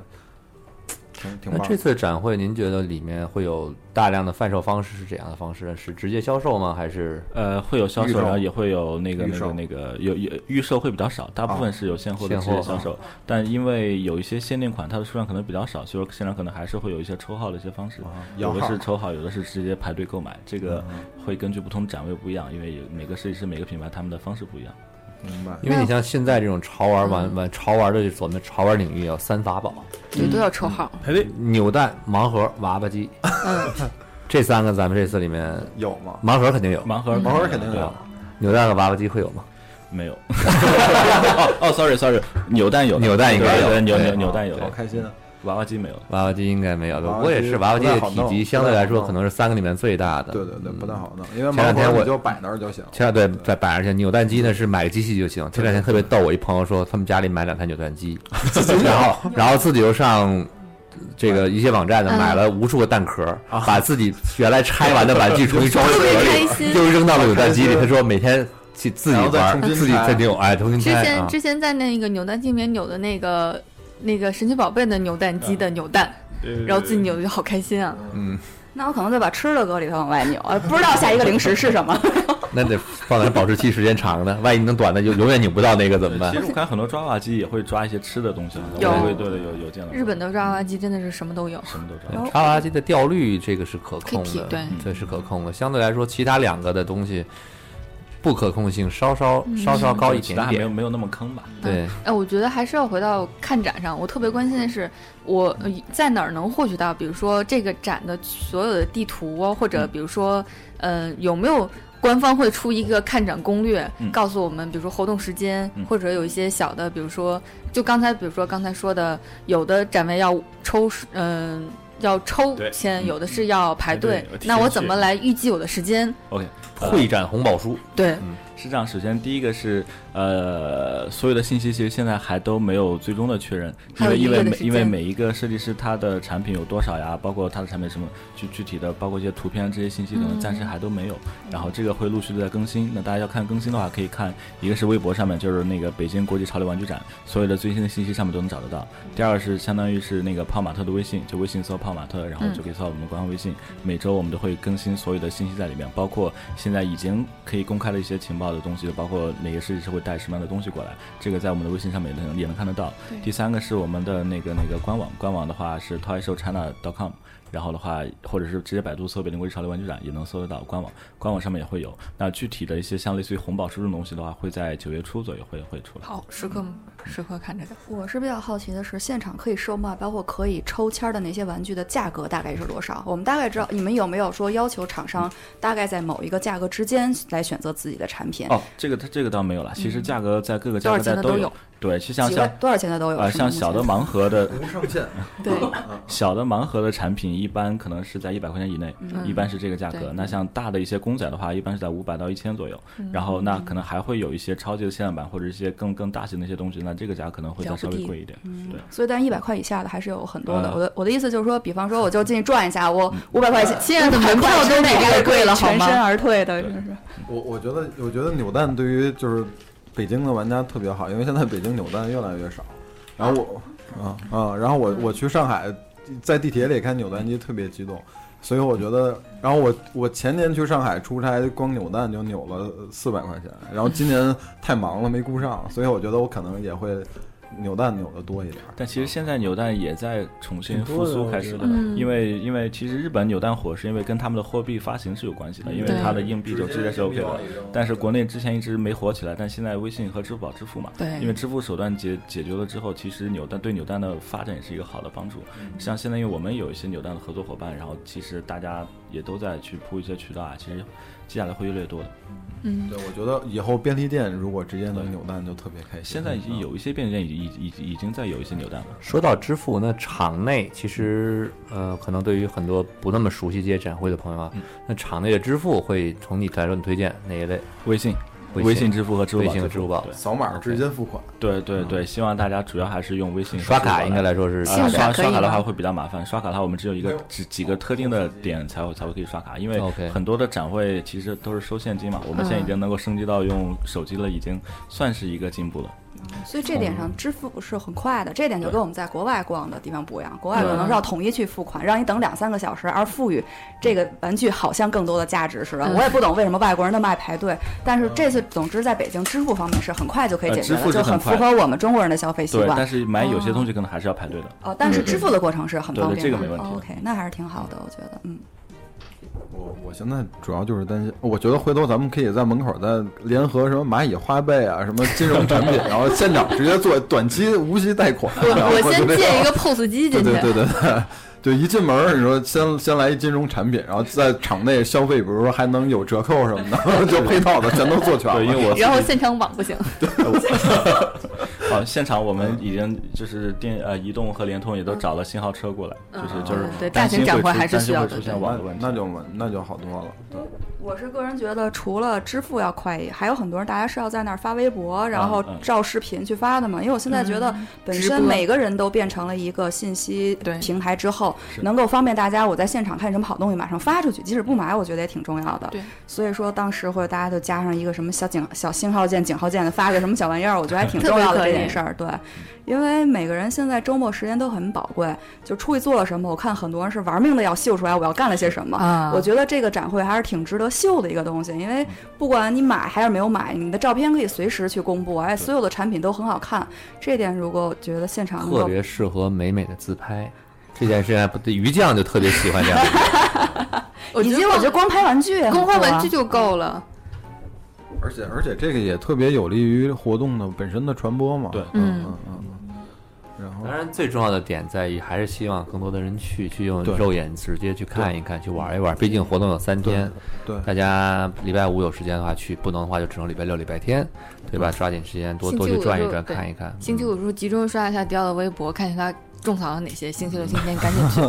Speaker 2: 挺挺
Speaker 1: 那
Speaker 2: 棒的。
Speaker 1: 这次展会您觉得里面会有大量的贩售方式是怎样的方式呢？是直接销售吗？还是
Speaker 6: 呃，会有销
Speaker 1: 预
Speaker 6: 售，
Speaker 1: 售
Speaker 6: 然后也会有那个
Speaker 1: 预
Speaker 6: 那
Speaker 1: 售啊
Speaker 6: 个那个有有预售会比较少，大部分是有现货的
Speaker 1: 现
Speaker 6: 直接
Speaker 1: 货
Speaker 6: 销售
Speaker 1: 啊，
Speaker 6: 但因为有一些限定款，它的数量可能比较少，所以说现场可能还是会有一些抽号的一些方式，有
Speaker 1: 啊摇
Speaker 6: 的
Speaker 1: 号嗯
Speaker 6: 是抽号，有的是直接排队购买，这个会根据不同展位不一样，因为有每个设计师每个品牌他们的方式不一样。
Speaker 2: 明白
Speaker 1: 因为你像现在这种潮玩
Speaker 6: 嗯
Speaker 1: 玩玩潮玩的所谓潮玩领域有三法宝，
Speaker 4: 对，都要
Speaker 1: 嗯
Speaker 4: 抽号。
Speaker 1: 排队扭蛋、盲盒、娃娃机，
Speaker 6: 嗯
Speaker 1: 这三个咱们这次里面
Speaker 2: 有吗
Speaker 1: 嗯盲盒肯定有，
Speaker 6: 盲盒盲盒肯定有
Speaker 1: 对吧，扭蛋和娃娃机会有吗？
Speaker 6: 没有。 哦哦，sorry sorry，扭蛋有的，
Speaker 1: 扭蛋应该有
Speaker 6: 对对扭
Speaker 1: 对
Speaker 6: 扭扭蛋有的，
Speaker 1: 好
Speaker 2: 开心啊！
Speaker 6: 娃娃机没有，
Speaker 1: 娃娃机应该没有的，
Speaker 6: 娃娃机
Speaker 1: 我也是娃娃机的
Speaker 6: 不
Speaker 1: 体
Speaker 6: 太好弄
Speaker 1: 积相对来
Speaker 6: 不太
Speaker 1: 说
Speaker 6: 好弄
Speaker 1: 可能是三个里面最大的。
Speaker 2: 对对对，不太好弄，因为
Speaker 1: 嗯前两天
Speaker 2: 盲盒
Speaker 1: 我
Speaker 2: 你就摆那儿就行。
Speaker 1: 前两对在摆上去，扭蛋机呢是买个机器就行。前两天特别逗，我一朋友说他们家里买两台扭蛋机，然后然后自己又上这个一些网站呢
Speaker 11: 嗯
Speaker 1: 买了无数个蛋壳，把自己原来拆完的玩具重新装回
Speaker 11: 特别
Speaker 1: 壳
Speaker 11: 开
Speaker 1: 里，
Speaker 11: 心
Speaker 1: 又扔到了扭蛋机里。
Speaker 11: 好开
Speaker 1: 他
Speaker 11: 心
Speaker 1: 说每天去自己
Speaker 11: 然后再
Speaker 1: 玩，
Speaker 11: 重新
Speaker 1: 自己
Speaker 11: 拆
Speaker 1: 再扭，哎，重新
Speaker 4: 之
Speaker 1: 拆
Speaker 4: 前
Speaker 1: 啊。
Speaker 4: 之前在那个扭蛋机里面扭的那个那个神奇宝贝的扭蛋机的扭蛋
Speaker 1: 对对，对
Speaker 4: 然后自己扭的就好开心啊！
Speaker 1: 嗯，
Speaker 3: 那我可能得把吃的搁里头往外扭，呃不知道下一个零食是什么。
Speaker 1: 啊那得放点保质期时间长的，万一能短的就永远扭不到那个怎么办
Speaker 6: 其？实我看很多抓娃娃机也会抓一些吃的东西，
Speaker 4: 有
Speaker 6: 对对对，有有见到过。
Speaker 4: 日本的抓娃娃机真的是什么都有，
Speaker 6: 什么都
Speaker 4: 然后
Speaker 1: 插娃娃机的掉率这个是哦可控
Speaker 4: 可以提
Speaker 1: 的，
Speaker 4: 对
Speaker 1: 这是可控的。相对来说，其他两个的东西不可控性稍稍
Speaker 4: 嗯
Speaker 1: 稍稍高一
Speaker 6: 其
Speaker 1: 点
Speaker 6: 他还没有
Speaker 1: 点。
Speaker 6: 没有那么坑吧？
Speaker 1: 对，
Speaker 4: 哎，我觉得还是要回到看展上。我特别关心的是，我呃在哪儿能获取到，比如说这个展的所有的地图啊，或者比如说，呃，有没有官方会出一个看展攻略，
Speaker 11: 嗯
Speaker 4: 告诉我们，比如说活动时间，
Speaker 11: 嗯
Speaker 4: 或者有一些小的，比如说，就刚才，比如说刚才说的，有的展位要抽，嗯、要抽签，有的是要排
Speaker 1: 队
Speaker 4: 队
Speaker 1: 我提前
Speaker 4: 那我
Speaker 1: 去
Speaker 4: 怎么来预计我的时间？
Speaker 6: OK，
Speaker 1: 会展红宝书，
Speaker 4: 对，
Speaker 6: 是这样，首先第一个是呃，所有的信息其实现在还都没有最终的确认，
Speaker 12: 还
Speaker 6: 因
Speaker 12: 有
Speaker 6: 为
Speaker 12: 一个
Speaker 6: 因为
Speaker 12: 的
Speaker 6: 每
Speaker 12: 时
Speaker 6: 因为
Speaker 12: 间
Speaker 6: 每一个设计师他的产品有多少呀，包括他的产品什么具具体的，包括一些图片这些信息可能
Speaker 12: 嗯
Speaker 6: 暂时还都没有。然后这个会陆续的在更新，那大家要看更新的话，可以看一个是微博上面就是那个北京国际潮流玩具展，所有的最新的信息上面都能找得到。第二个是相当于是那个泡玛特的微信，就微信搜泡玛特，然后
Speaker 12: 嗯
Speaker 6: 就可以搜到我们的官方微信。每周我们都会更新所有的信息在里面，包括现在已经可以公开的一些情报的东西，包括哪个设计师会带什么样的东西过来，这个在我们的微信上面也能也能看得到
Speaker 12: 对。
Speaker 6: 第三个是我们的那个那个官网，官网的话是 toyshowchina.com。然后的话，或者是直接百度搜“北京国际潮流玩具展”也能搜得到官网，官网上面也会有。那具体的一些像类似于红宝石这种东西的话，会在九月初左右会会出来。
Speaker 13: 好，时刻时刻看这个。
Speaker 4: 嗯我是比较好奇的是，现场可以售卖，包括可以抽签儿的那些玩具的价格大概是多少？我们大概知道，你们有没有说要求厂商大概在某一个价格之间来选择自己的产品？
Speaker 6: 哦，这个它这个倒没有了。其实价格在各个
Speaker 4: 嗯
Speaker 6: 价格
Speaker 4: 多少
Speaker 6: 带
Speaker 4: 钱的
Speaker 6: 都
Speaker 4: 都
Speaker 6: 有
Speaker 4: 有。
Speaker 6: 对，就像
Speaker 4: 几万
Speaker 6: 像
Speaker 4: 多少钱的都有
Speaker 6: 呃，
Speaker 4: 是吗
Speaker 6: 像
Speaker 4: 目前
Speaker 6: 小的 盲盒的
Speaker 2: 无上限，
Speaker 4: 对
Speaker 6: 小的盲盒的产品一般可能是在一百块钱以内，
Speaker 12: 嗯
Speaker 6: 一般是这个价格
Speaker 12: 对。
Speaker 6: 那像大的一些公仔的话，一般是在五百到一千左右
Speaker 12: 嗯。
Speaker 6: 然后那可能还会有一些超级的限量版或者一些更更大型的一些东西，那这个价格可能会再稍微贵一点。对。
Speaker 4: 嗯所以，但一百块以下的还是有很多的。
Speaker 6: 呃
Speaker 4: 我的我的意思就是说，比方说，我就进去转一下，
Speaker 6: 嗯
Speaker 4: 我五百块钱，
Speaker 13: 现在的门票都比这个贵了好吗
Speaker 4: 全身而啊退的，真是。
Speaker 2: 我我觉得，我觉得扭蛋对于就是北京的玩家特别好，因为现在北京扭蛋越来越少。然后我，啊啊，然后我我去上海，在地铁里看扭蛋机特别激动，所以我觉得，然后我我前年去上海出差，光扭蛋就扭了四百块钱，然后今年太忙了没顾上，所以我觉得我可能也会扭蛋扭的多一点。
Speaker 6: 但其实现在扭蛋也在重新
Speaker 2: 挺
Speaker 6: 复
Speaker 2: 多的
Speaker 6: 苏
Speaker 2: 我
Speaker 6: 开
Speaker 2: 觉
Speaker 6: 始
Speaker 2: 得
Speaker 6: 了，
Speaker 2: 嗯
Speaker 6: 因为因为其实日本扭蛋火是因为跟他们的货币发行是有关系的，因为
Speaker 2: 对
Speaker 6: 它的硬币就直接是 OK
Speaker 2: 直接硬币往
Speaker 6: 的
Speaker 2: 里扔，
Speaker 6: 但是国内之前一直没火起来，但现在微信和支付宝支付嘛，
Speaker 12: 对
Speaker 6: 因为支付手段解解决了之后，其实扭蛋对扭蛋的发展也是一个好的帮助。
Speaker 1: 嗯
Speaker 6: 像现在因为我们有一些扭蛋的合作伙伴，然后其实大家也都在去铺一些渠道啊，其实接下来会越来越多的。
Speaker 13: 嗯，
Speaker 2: 对，我觉得以后便利店如果直接能扭蛋就特别开心。
Speaker 6: 现在已经有一些便利店已已已已经在有一些扭蛋了。
Speaker 1: 说到支付，那场内其实呃，可能对于很多不那么熟悉这些展会的朋友啊，那场内的支付会从你来说，你推荐哪一类？
Speaker 6: 微信。
Speaker 1: 微
Speaker 6: 微信支付和支付宝
Speaker 1: 微信和支付宝
Speaker 6: 对，
Speaker 2: 扫码直接付款。
Speaker 6: 对对对，希望大家主要还是用微信和
Speaker 1: 刷卡
Speaker 6: 支付宝
Speaker 1: 应该来说是
Speaker 6: 呃
Speaker 1: 信用
Speaker 6: 刷
Speaker 1: 卡可以
Speaker 6: 刷卡的
Speaker 1: 吗
Speaker 6: 话会比较麻烦，刷卡的话我们只有一个几几个特定的点才会才会可以刷卡，因为
Speaker 1: OK
Speaker 6: 很多的展会其实都是收现金嘛，
Speaker 4: 嗯
Speaker 6: 我们现在已经能够升级到用手机了，已经算是一个进步了。
Speaker 4: 所以这点
Speaker 6: 嗯
Speaker 4: 上支付是很快的，这点就跟我们在国外逛的地方不一样。国外
Speaker 6: 对
Speaker 4: 可能是要统一去付款，让你等两三个小时，而赋予这个玩具好像更多的价值似的。
Speaker 6: 嗯
Speaker 4: 我也不懂为什么外国人那么爱排队，但是这次总之在北京支付方面是很快就可以
Speaker 6: 呃
Speaker 4: 解决
Speaker 6: 支
Speaker 4: 的，
Speaker 6: 付是
Speaker 4: 就
Speaker 6: 很
Speaker 4: 很符
Speaker 6: 快
Speaker 4: 合我们中国人的消费习
Speaker 6: 对，
Speaker 4: 惯。
Speaker 6: 但是买有些
Speaker 4: 哦
Speaker 6: 东西可能还是要排队的。
Speaker 4: 哦，但是
Speaker 6: 对对
Speaker 4: 支付的过程是很
Speaker 6: 对
Speaker 4: 方
Speaker 6: 对
Speaker 4: 便的。哦
Speaker 6: 这个没问题。
Speaker 4: OK，那还是挺好的，我觉得，嗯。
Speaker 2: 我我现在主要就是担心，我觉得回头咱们可以在门口再联合什么蚂蚁花呗啊，什么金融产 品，然后现场直接做短期无息贷款。然后
Speaker 13: 我我
Speaker 2: 就
Speaker 13: 先
Speaker 2: 这
Speaker 13: 借
Speaker 2: 样
Speaker 13: 一个 POS 机进去。
Speaker 2: 对对对对对，就一进门儿你说先先来一金融产品，然后在场内消费，比如说还能有折扣什么的， 就配套的全都做全了。
Speaker 6: 对因为我
Speaker 13: 然后现场网不行，
Speaker 4: 哦
Speaker 6: 好，现场我们已经就是电呃移动和联通也都找了信号车过来，就是就是
Speaker 4: 嗯对
Speaker 6: 担心
Speaker 4: 大型展会
Speaker 6: 出
Speaker 4: 还是
Speaker 6: 担心
Speaker 4: 需要
Speaker 6: 会
Speaker 4: 的
Speaker 6: 出现
Speaker 4: 对
Speaker 6: 网络问题，
Speaker 2: 那就那就好多了。对。
Speaker 4: 我是个人觉得，除了支付要快一点，还有很多人大家是要在那儿发微博，然后
Speaker 13: 嗯
Speaker 4: 照视频去发的嘛。因为我现在觉得，本
Speaker 13: 直
Speaker 4: 身
Speaker 13: 播
Speaker 4: 每个人都变成了一个信息平台之后，能够方便大家，我在现场看什么好东西，马上发出去，即使不买，我觉得也挺重要的。
Speaker 13: 对，
Speaker 4: 所以说当时或者大家就加上一个什么小警小星号键、井号键的，发个什么小玩意儿，我觉得还挺重要
Speaker 13: 特
Speaker 4: 的
Speaker 13: 别
Speaker 4: 这
Speaker 13: 可以
Speaker 4: 件事儿。对，因为每个人现在周末时间都很宝贵，就出去做了什么，我看很多人是玩命的要秀出来我要干了些什么。
Speaker 13: 啊
Speaker 4: 我觉得这个展会还是挺值得秀的一个东西，因为不管你买还是没有买，你的照片可以随时去公布，哎，所有的产品都很好看。这点如果我觉得现场能
Speaker 1: 特
Speaker 4: 够
Speaker 1: 别适合美美的自拍。这件事情还不对，于酱就特别喜欢这样。
Speaker 13: 我
Speaker 4: 以及我觉得光拍玩具也很
Speaker 13: 光拍
Speaker 4: 酷啊
Speaker 13: 玩具就够了。
Speaker 2: 而且而且这个也特别有利于活动的本身的传播嘛。对，
Speaker 13: 嗯
Speaker 2: 嗯嗯。然后
Speaker 1: 当然，最重要的点在于还是希望更多的人去去用
Speaker 2: 对
Speaker 1: 肉眼直接去看一看，去玩一玩。毕竟活动有三天，
Speaker 2: 对对
Speaker 1: 大家礼拜五有时间的话去，不能的话就只能礼拜六、礼拜天，对吧？抓紧时间多
Speaker 4: 星
Speaker 1: 多
Speaker 4: 期
Speaker 1: 去
Speaker 4: 五
Speaker 1: 转一
Speaker 4: 就
Speaker 1: 转，
Speaker 4: 对
Speaker 1: 看一看。嗯
Speaker 4: 星期五的时候集中刷一下迪奥的微博，看看他种草了哪些。星期六、星期天赶紧去。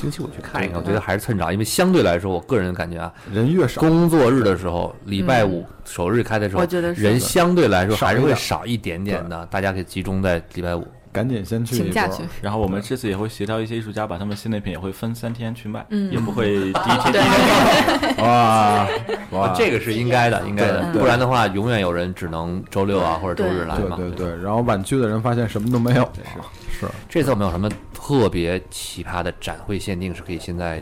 Speaker 1: 星期五去看一看，我觉得还是趁早，因为相对来说，我个人感觉啊，
Speaker 2: 人越少，
Speaker 1: 工作日的时候，礼拜五首日开的时候，
Speaker 4: 我觉得是
Speaker 1: 人相对来说还是
Speaker 2: 嗯少一
Speaker 1: 会
Speaker 2: 点
Speaker 1: 少一点点的，大家可以集中在礼拜五。
Speaker 2: 赶紧先去
Speaker 4: 请假去
Speaker 6: 然后我们这次也会协调一些艺术家，把他们新的品也会分三天去卖，
Speaker 4: 嗯
Speaker 6: 也不会第一天 第一天卖。
Speaker 1: 哇
Speaker 6: 哇
Speaker 1: 啊这个是应该的，应该的，
Speaker 2: 对对
Speaker 1: 不然的话，永远有人只能周六啊或者周日来
Speaker 2: 对
Speaker 1: 嘛。
Speaker 2: 对对，然后晚去的人发现什么都没有，啊是
Speaker 1: 这次我们有什么特别奇葩的展会限定是可以现在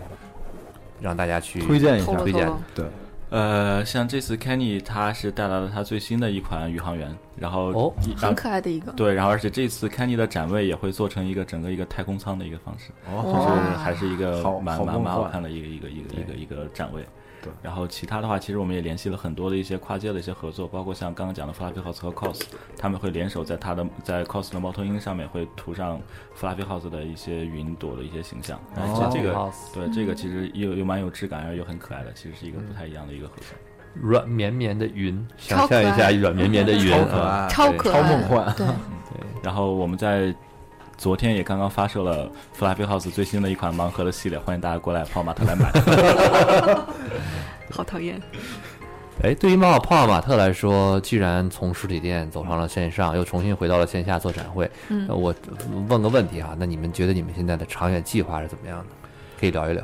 Speaker 1: 让大家去
Speaker 2: 推荐一下，
Speaker 1: 推荐的？
Speaker 2: 对，
Speaker 6: 呃，像这次 Kenny 他是带来了他最新的一款宇航员，然后
Speaker 1: 哦
Speaker 4: 很可爱的一个
Speaker 6: 对，然后而且这次 Kenny 的展位也会做成一个整个一个太空舱的一个方式，
Speaker 2: 哦
Speaker 6: 就是还是一个
Speaker 2: 好
Speaker 6: 蛮
Speaker 2: 好
Speaker 6: 蛮
Speaker 2: 梦
Speaker 6: 蛮好
Speaker 2: 幻
Speaker 6: 看的一个一个一个一个一个展位。
Speaker 2: 对，
Speaker 6: 然后其他的话，其实我们也联系了很多的一些跨界的一些合作，包括像刚刚讲的 Fluffy House 和 COS，他们会联手在他的在 COS 的猫头鹰上面会涂上 Fluffy House 的一些云朵的一些形象。然后这这
Speaker 1: 哦
Speaker 6: 个对这个其实又又蛮有质感，然后又很可爱的，其实是一个不太一样的一个合作。
Speaker 1: 软绵绵的云，
Speaker 4: 超
Speaker 1: 想
Speaker 4: 可爱
Speaker 1: 象一下软绵绵的云，
Speaker 6: 超可爱
Speaker 1: 啊
Speaker 4: 超
Speaker 1: 对
Speaker 4: 可爱，对，
Speaker 6: 然后我们在昨天也刚刚发售了 Fluffy House 最新的一款盲盒的系列，欢迎大家过来泡马特来买。
Speaker 4: 好讨
Speaker 1: 嗯
Speaker 4: 厌。
Speaker 1: 哎，对于猫宝泡泡玛特来说，既然从实体店走上了线上，又重新回到了线下做展会，
Speaker 4: 嗯
Speaker 1: 那我问个问题哈，那你们觉得你们现在的长远计划是怎么样的？可以聊一聊。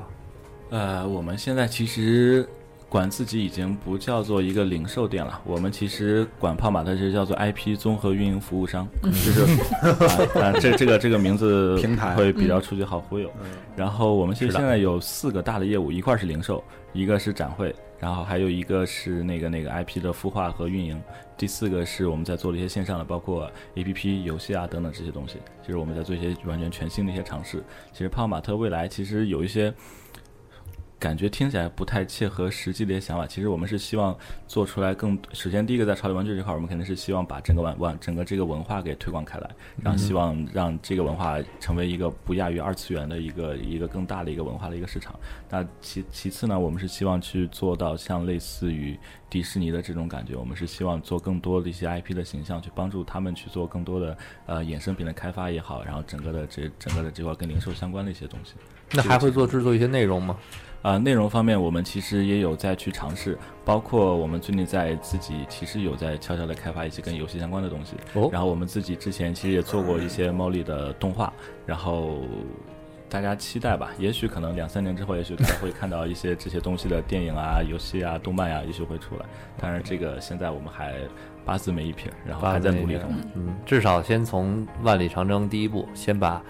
Speaker 6: 呃，我们现在其实管自己已经不叫做一个零售店了，我们其实管泡玛特是叫做 IP 综合运营服务商，就是，啊、啊这这个这个名字
Speaker 2: 平台
Speaker 6: 会比较出去好忽悠。然后我们其实
Speaker 1: 是的
Speaker 6: 现在有四个大的业务，一块儿是零售，一个是展会，然后还有一个是那个那个 IP 的孵化和运营，第四个是我们在做的一些线上的，包括 APP、游戏啊等等这些东西，就是我们在做一些完全全新的一些尝试。其实泡泡玛特未来其实有一些。感觉听起来不太切合实际的一些想法。其实我们是希望做出来更，首先第一个在潮流玩具这块儿，我们肯定是希望把整个玩玩整个这个文化给推广开来，然后希望让这个文化成为一个不亚于二次元的一个一个更大的一个文化的一个市场。那其其次呢，我们是希望去做到像类似于迪士尼的这种感觉，我们是希望做更多的一些 IP 的形象，去帮助他们去做更多的呃衍生品的开发也好，然后整个的这整个的这块跟零售相关的一些东西。
Speaker 1: 那还会做制作一些内容吗？
Speaker 6: 啊、内容方面我们其实也有在去尝试，包括我们最近在自己其实有在悄悄的开发一些跟游戏相关的东西。
Speaker 1: 哦
Speaker 6: 然后我们自己之前其实也做过一些猫力的动画，然后大家期待吧，也许可能两三年之后，也许大家会看到一些这些东西的电影啊、游戏啊、动漫呀、也许会出来。当然，这个现在我们还八字没一撇，
Speaker 1: 啊
Speaker 6: 然后还在努力中。
Speaker 1: 嗯，至少先从万里长征第一步，先把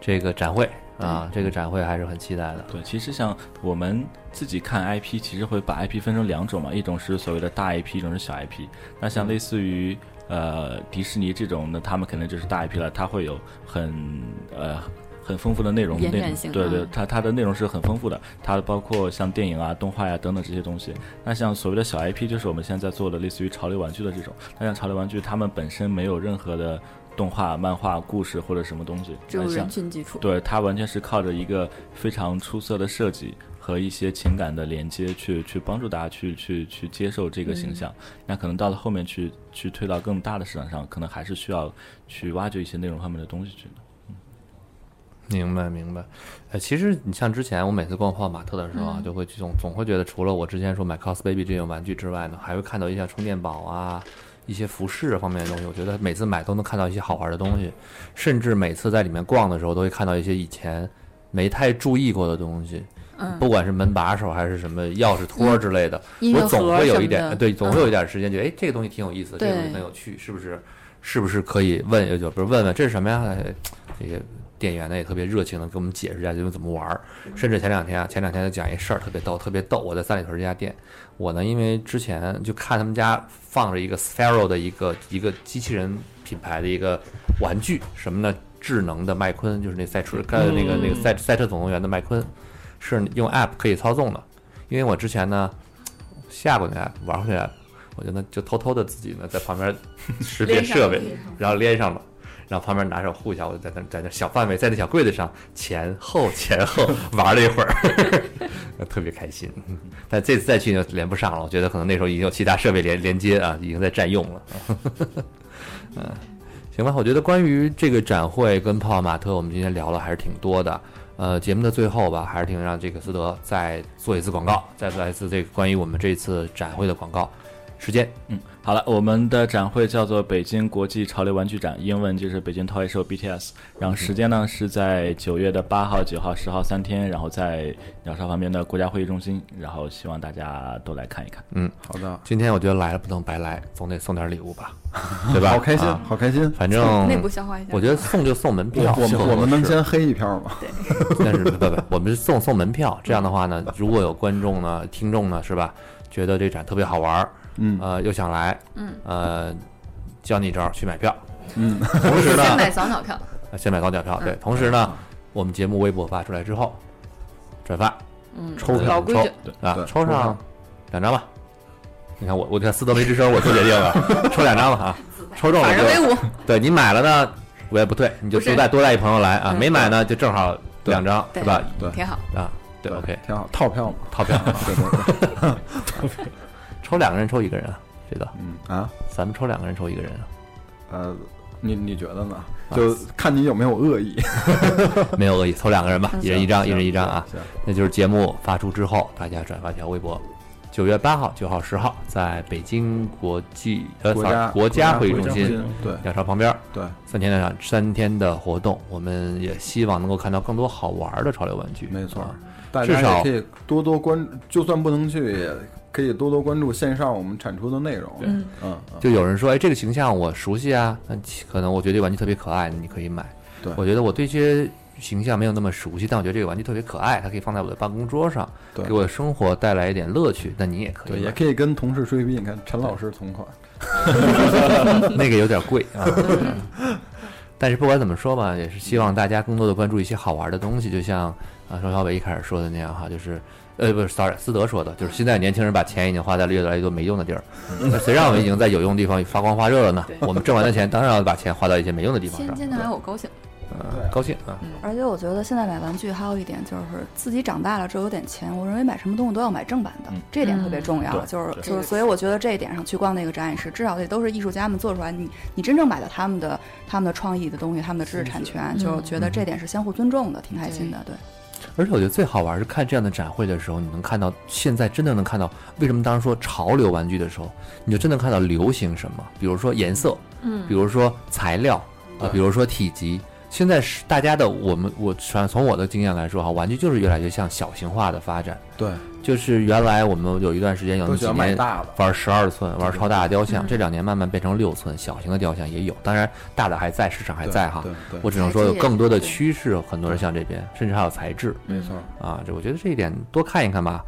Speaker 1: 这个展会啊，这个展会还是很期待的。
Speaker 6: 对，其实像我们自己看 IP，其实会把 IP 分成两种嘛，一种是所谓的大 IP，一种是小 IP。那像类似于呃迪士尼这种，那他们肯定就是大 IP 了，它会有很呃。很丰富的内容，
Speaker 4: 延
Speaker 6: 内
Speaker 4: 展性
Speaker 6: 对
Speaker 4: 嗯
Speaker 6: 对，它它的内容是很丰富的，它包括像电影啊、动画呀、等等这些东西。那像所谓的小 IP，就是我们现在做的类似于潮流玩具的这种。那像潮流玩具，他们本身没有任何的动画、漫画、故事或者什么东西，
Speaker 4: 只有
Speaker 6: 那像
Speaker 4: 人群基础
Speaker 6: 对，它完全是靠着一个非常出色的设计和一些情感的连接去去帮助大家去去去接受这个形象。
Speaker 4: 嗯
Speaker 6: 那可能到了后面去去推到更大的市场上，可能还是需要去挖掘一些内容方面的东西去。
Speaker 1: 明白明白，呃，其实你像之前我每次逛泡泡玛特的时候啊，
Speaker 4: 嗯
Speaker 1: 就会去总总会觉得，除了我之前说买 cos baby 这种玩具之外呢，还会看到一些充电宝啊，一些服饰方面的东西。我觉得每次买都能看到一些好玩的东西，甚至每次在里面逛的时候，都会看到一些以前没太注意过的东西。
Speaker 4: 嗯
Speaker 1: 不管是门把手还是什么钥匙托之类的，
Speaker 4: 音乐
Speaker 1: 我总会有一
Speaker 4: 盒什么
Speaker 1: 点
Speaker 4: 的
Speaker 1: 对，总会有一点时间觉得，哎，这个东西挺有意思的，这个东西
Speaker 4: 对
Speaker 1: 很有趣，是不是？是不是可以问，就比如问问这是什么呀？哎这个店员呢也特别热情的给我们解释一下这个怎么玩儿。甚至前两天啊，前两天他讲一事儿特别逗，特别逗。我在三里屯这家店，我呢因为之前就看他们家放着一个 Sparrow 的一个一个机器人品牌的一个玩具，什么呢？智能的麦昆，就是那赛车，
Speaker 4: 嗯
Speaker 1: 呃，那个那个赛赛车总动员的麦昆，是用 App 可以操纵的。因为我之前呢下过那 app，玩过那 app，我就呢就偷偷的自己呢在旁边识别设备
Speaker 4: 连上了，
Speaker 1: 然后连上了，然后旁边拿手护一下，我就在那在那小范围在那小柜子上前后前后玩了一会儿， 特别开心。但这次再去就连不上了，我觉得可能那时候已经有其他设备连连接啊，已经在占用了。 嗯，行吧，我觉得关于这个展会跟泡泡玛特，我们今天聊了还是挺多的。呃，节目的最后吧，还是挺让这个斯德再做一次广告，再做一次这个关于我们这次展会的广告。时间，
Speaker 6: 嗯，好了，我们的展会叫做北京国际潮流玩具展，英文就是北京 Toy Show BTS。然后时间呢是在九月的八号、九号、十号三天，然后在鸟巢旁边的国家会议中心，然后希望大家都来看一看。
Speaker 1: 嗯，
Speaker 2: 好的。
Speaker 1: 今天我觉得来了不能白来，总得送点礼物 吧，对吧？
Speaker 2: 好开心
Speaker 1: 啊
Speaker 2: 好开心
Speaker 1: 反正
Speaker 4: 内部消化一下
Speaker 1: 嗯我觉得送就送门票，
Speaker 2: 我我们
Speaker 1: 送
Speaker 2: 我们能
Speaker 1: 是
Speaker 2: 先黑一票吗？
Speaker 1: 但是不不不，我们是送送门票，这样的 话呢，如果有观众呢、听众呢，是吧？觉得这展特别好玩儿，
Speaker 2: 嗯，
Speaker 1: 呃，又想来，
Speaker 4: 嗯
Speaker 1: 呃，教你一招去买票，
Speaker 2: 嗯，
Speaker 1: 同 时呢，
Speaker 4: 先买早鸟票，
Speaker 1: 呃先买早鸟票，对
Speaker 4: 嗯，
Speaker 1: 同时呢，我们节目微博发出来之后，转发，
Speaker 4: 嗯
Speaker 1: 抽
Speaker 4: 老
Speaker 1: 票
Speaker 4: 规
Speaker 1: 抽
Speaker 4: 矩
Speaker 1: 啊，抽
Speaker 2: 抽
Speaker 1: 上两张吧。你看我，我看斯德没吱声，我做决定了，抽两张吧 啊，抽中了
Speaker 4: 反人为
Speaker 1: 就
Speaker 4: 伍，
Speaker 1: 对你买了呢，我也不退，你就
Speaker 4: 不是
Speaker 1: 多带多带一朋友来啊，
Speaker 4: 嗯
Speaker 1: 没买呢就正好两张是
Speaker 4: 对
Speaker 1: 吧？
Speaker 2: 对
Speaker 4: 挺好。
Speaker 1: 啊，对，OK，
Speaker 2: 挺好，套票嘛，
Speaker 1: 套票，
Speaker 2: 对对对，
Speaker 1: 抽两个人抽一个人啊，这个
Speaker 2: 嗯啊，
Speaker 1: 咱们抽两个人抽一个人啊，
Speaker 2: 呃，你你觉得呢？就看你有没有 恶意。
Speaker 1: 没有恶意，抽两个人
Speaker 4: 嗯
Speaker 1: 吧，一人一张，一人一张啊
Speaker 2: 行行。
Speaker 1: 那就是节目发出之后，大家转发一条微博。九月八号、九号、十号，在北京国际呃
Speaker 2: 国家
Speaker 1: sorry，国家会议中
Speaker 2: 国家会议
Speaker 1: 心
Speaker 2: 中心对
Speaker 1: 鸟巢旁边，
Speaker 2: 对
Speaker 1: 三天两三天的活动，我们也希望能够看到更多好玩的潮流玩具。
Speaker 2: 没错
Speaker 1: 啊，
Speaker 2: 大
Speaker 1: 至
Speaker 2: 家
Speaker 1: 少
Speaker 2: 也可以多多关，就算不能去，也可以多多关注线上我们产出的内容。嗯嗯，
Speaker 1: 就有人说，哎，这个形象我熟悉啊，那其可能我觉得这玩具特别可爱，你可以买。
Speaker 2: 对
Speaker 1: 我觉得我对这些形象没有那么熟悉，但我觉得这个玩具特别可爱，它可以放在我的办公桌上，
Speaker 2: 对
Speaker 1: 给我的生活带来一点乐趣。那你也可
Speaker 2: 对，
Speaker 1: 以
Speaker 2: 也
Speaker 1: 买，
Speaker 2: 可以跟同事吹逼。你看陈老师同款，
Speaker 1: 那个有点贵啊。但是不管怎么说吧，也是希望大家更多的关注一些好玩的东西，就像啊，邵小伟一开始说的那样哈，就是呃，不是，sorry，斯德说的，就是现在年轻人把钱已经花在了越来越多没用的地儿，那谁让我们已经在有用的地方发光发热了呢？我们挣完的钱当然要把钱花到一些没用的地方
Speaker 4: 今
Speaker 1: 上，
Speaker 4: 今天来我高兴，
Speaker 1: 嗯，高兴啊，
Speaker 3: 而且我觉得现在买玩具还有一点就是自己长大了之后有点钱，我认为买什么东西都要买正版的，这一
Speaker 4: 嗯
Speaker 3: 点特别重要。
Speaker 6: 对
Speaker 3: 就是
Speaker 6: 对
Speaker 3: 就是，所以我觉得这一点上去逛那个展演室，至少这都是艺术家们做出来，你你真正买到他们的他们的创意的东西，他们的知识产权，
Speaker 4: 嗯
Speaker 3: 就觉得这点是相互尊重的，挺开心的。对，
Speaker 1: 而且我觉得最好玩是看这样的展会的时候，你能看到现在真的能看到为什么当时说潮流玩具的时候，你就真能看到流行什么，比如说颜色，
Speaker 4: 嗯
Speaker 1: 比如说材料啊、比如说体积。现在是大家的我们我从从我的经验来说哈，玩具就是越来越向小型化的发展。
Speaker 2: 对，
Speaker 1: 就是原来我们有一段时间有那
Speaker 2: 都
Speaker 1: 么
Speaker 2: 喜
Speaker 1: 几
Speaker 2: 欢买
Speaker 1: 年
Speaker 2: 大的。
Speaker 1: 玩十二寸，玩超大的雕像，
Speaker 4: 嗯
Speaker 1: 这两年慢慢变成六寸，小型的雕像也有，当然大的还在，市场还
Speaker 2: 对
Speaker 1: 在哈
Speaker 2: 对。对
Speaker 1: 我只能说有
Speaker 4: 材质也
Speaker 1: 更多的
Speaker 4: 对
Speaker 1: 趋势，很多人向这边，甚至还有材质。
Speaker 2: 没错，
Speaker 1: 啊，这我觉得这一点多看一看吧，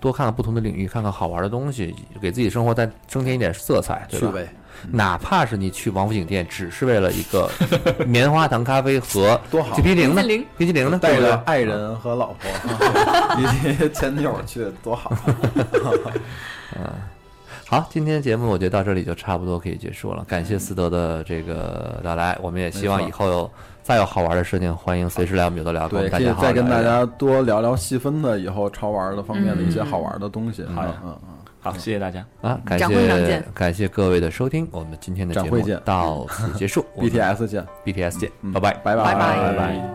Speaker 1: 多看看不同的领域，看看好玩的东西，给自己生活再增添一点色彩，对
Speaker 7: 趣
Speaker 1: 吧？
Speaker 7: 味。
Speaker 2: 嗯
Speaker 1: 哪怕是你去王府井店，只是为了一 个棉花糖咖啡和
Speaker 2: 多好啊
Speaker 1: 冰淇淋呢
Speaker 4: 冰淇淋？
Speaker 1: 冰淇淋呢？对
Speaker 2: 带
Speaker 1: 不
Speaker 2: 着
Speaker 1: 对？
Speaker 2: 爱人和老婆以及前女友去，多好。啊
Speaker 1: 好，今天节目我觉得到这里就差不多可以结束了。感谢思德的这个到来，我们也希望以后有再有好玩的事情，欢迎随时来我们有的聊，跟我
Speaker 2: 对，
Speaker 1: 们大
Speaker 2: 可
Speaker 1: 家
Speaker 2: 以
Speaker 1: 好好
Speaker 2: 再跟
Speaker 1: 聊
Speaker 2: 大
Speaker 1: 一聊
Speaker 2: 家多聊聊细分的以后潮玩的方面的一些好玩的东西。
Speaker 6: 好呀
Speaker 2: 嗯嗯。
Speaker 6: 好，谢谢大家。
Speaker 1: 啊，感
Speaker 4: 展会上
Speaker 1: 谢
Speaker 4: 见
Speaker 1: 感谢各位的收听，我们今天的
Speaker 2: 展
Speaker 1: 节
Speaker 2: 会
Speaker 1: 目
Speaker 2: 见
Speaker 1: 到此结 束我们
Speaker 2: BTS 见，
Speaker 1: BTS 见，
Speaker 2: 嗯
Speaker 1: 拜拜。
Speaker 2: 拜
Speaker 4: 拜拜
Speaker 2: 拜拜。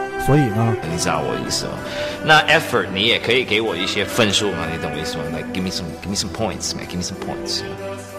Speaker 9: 所以呢，
Speaker 13: 你知道我意思吗？哦那 effort 你也可以给我一些分数嘛，你懂我意思吗？Like give me some give me some points, man, give me some points.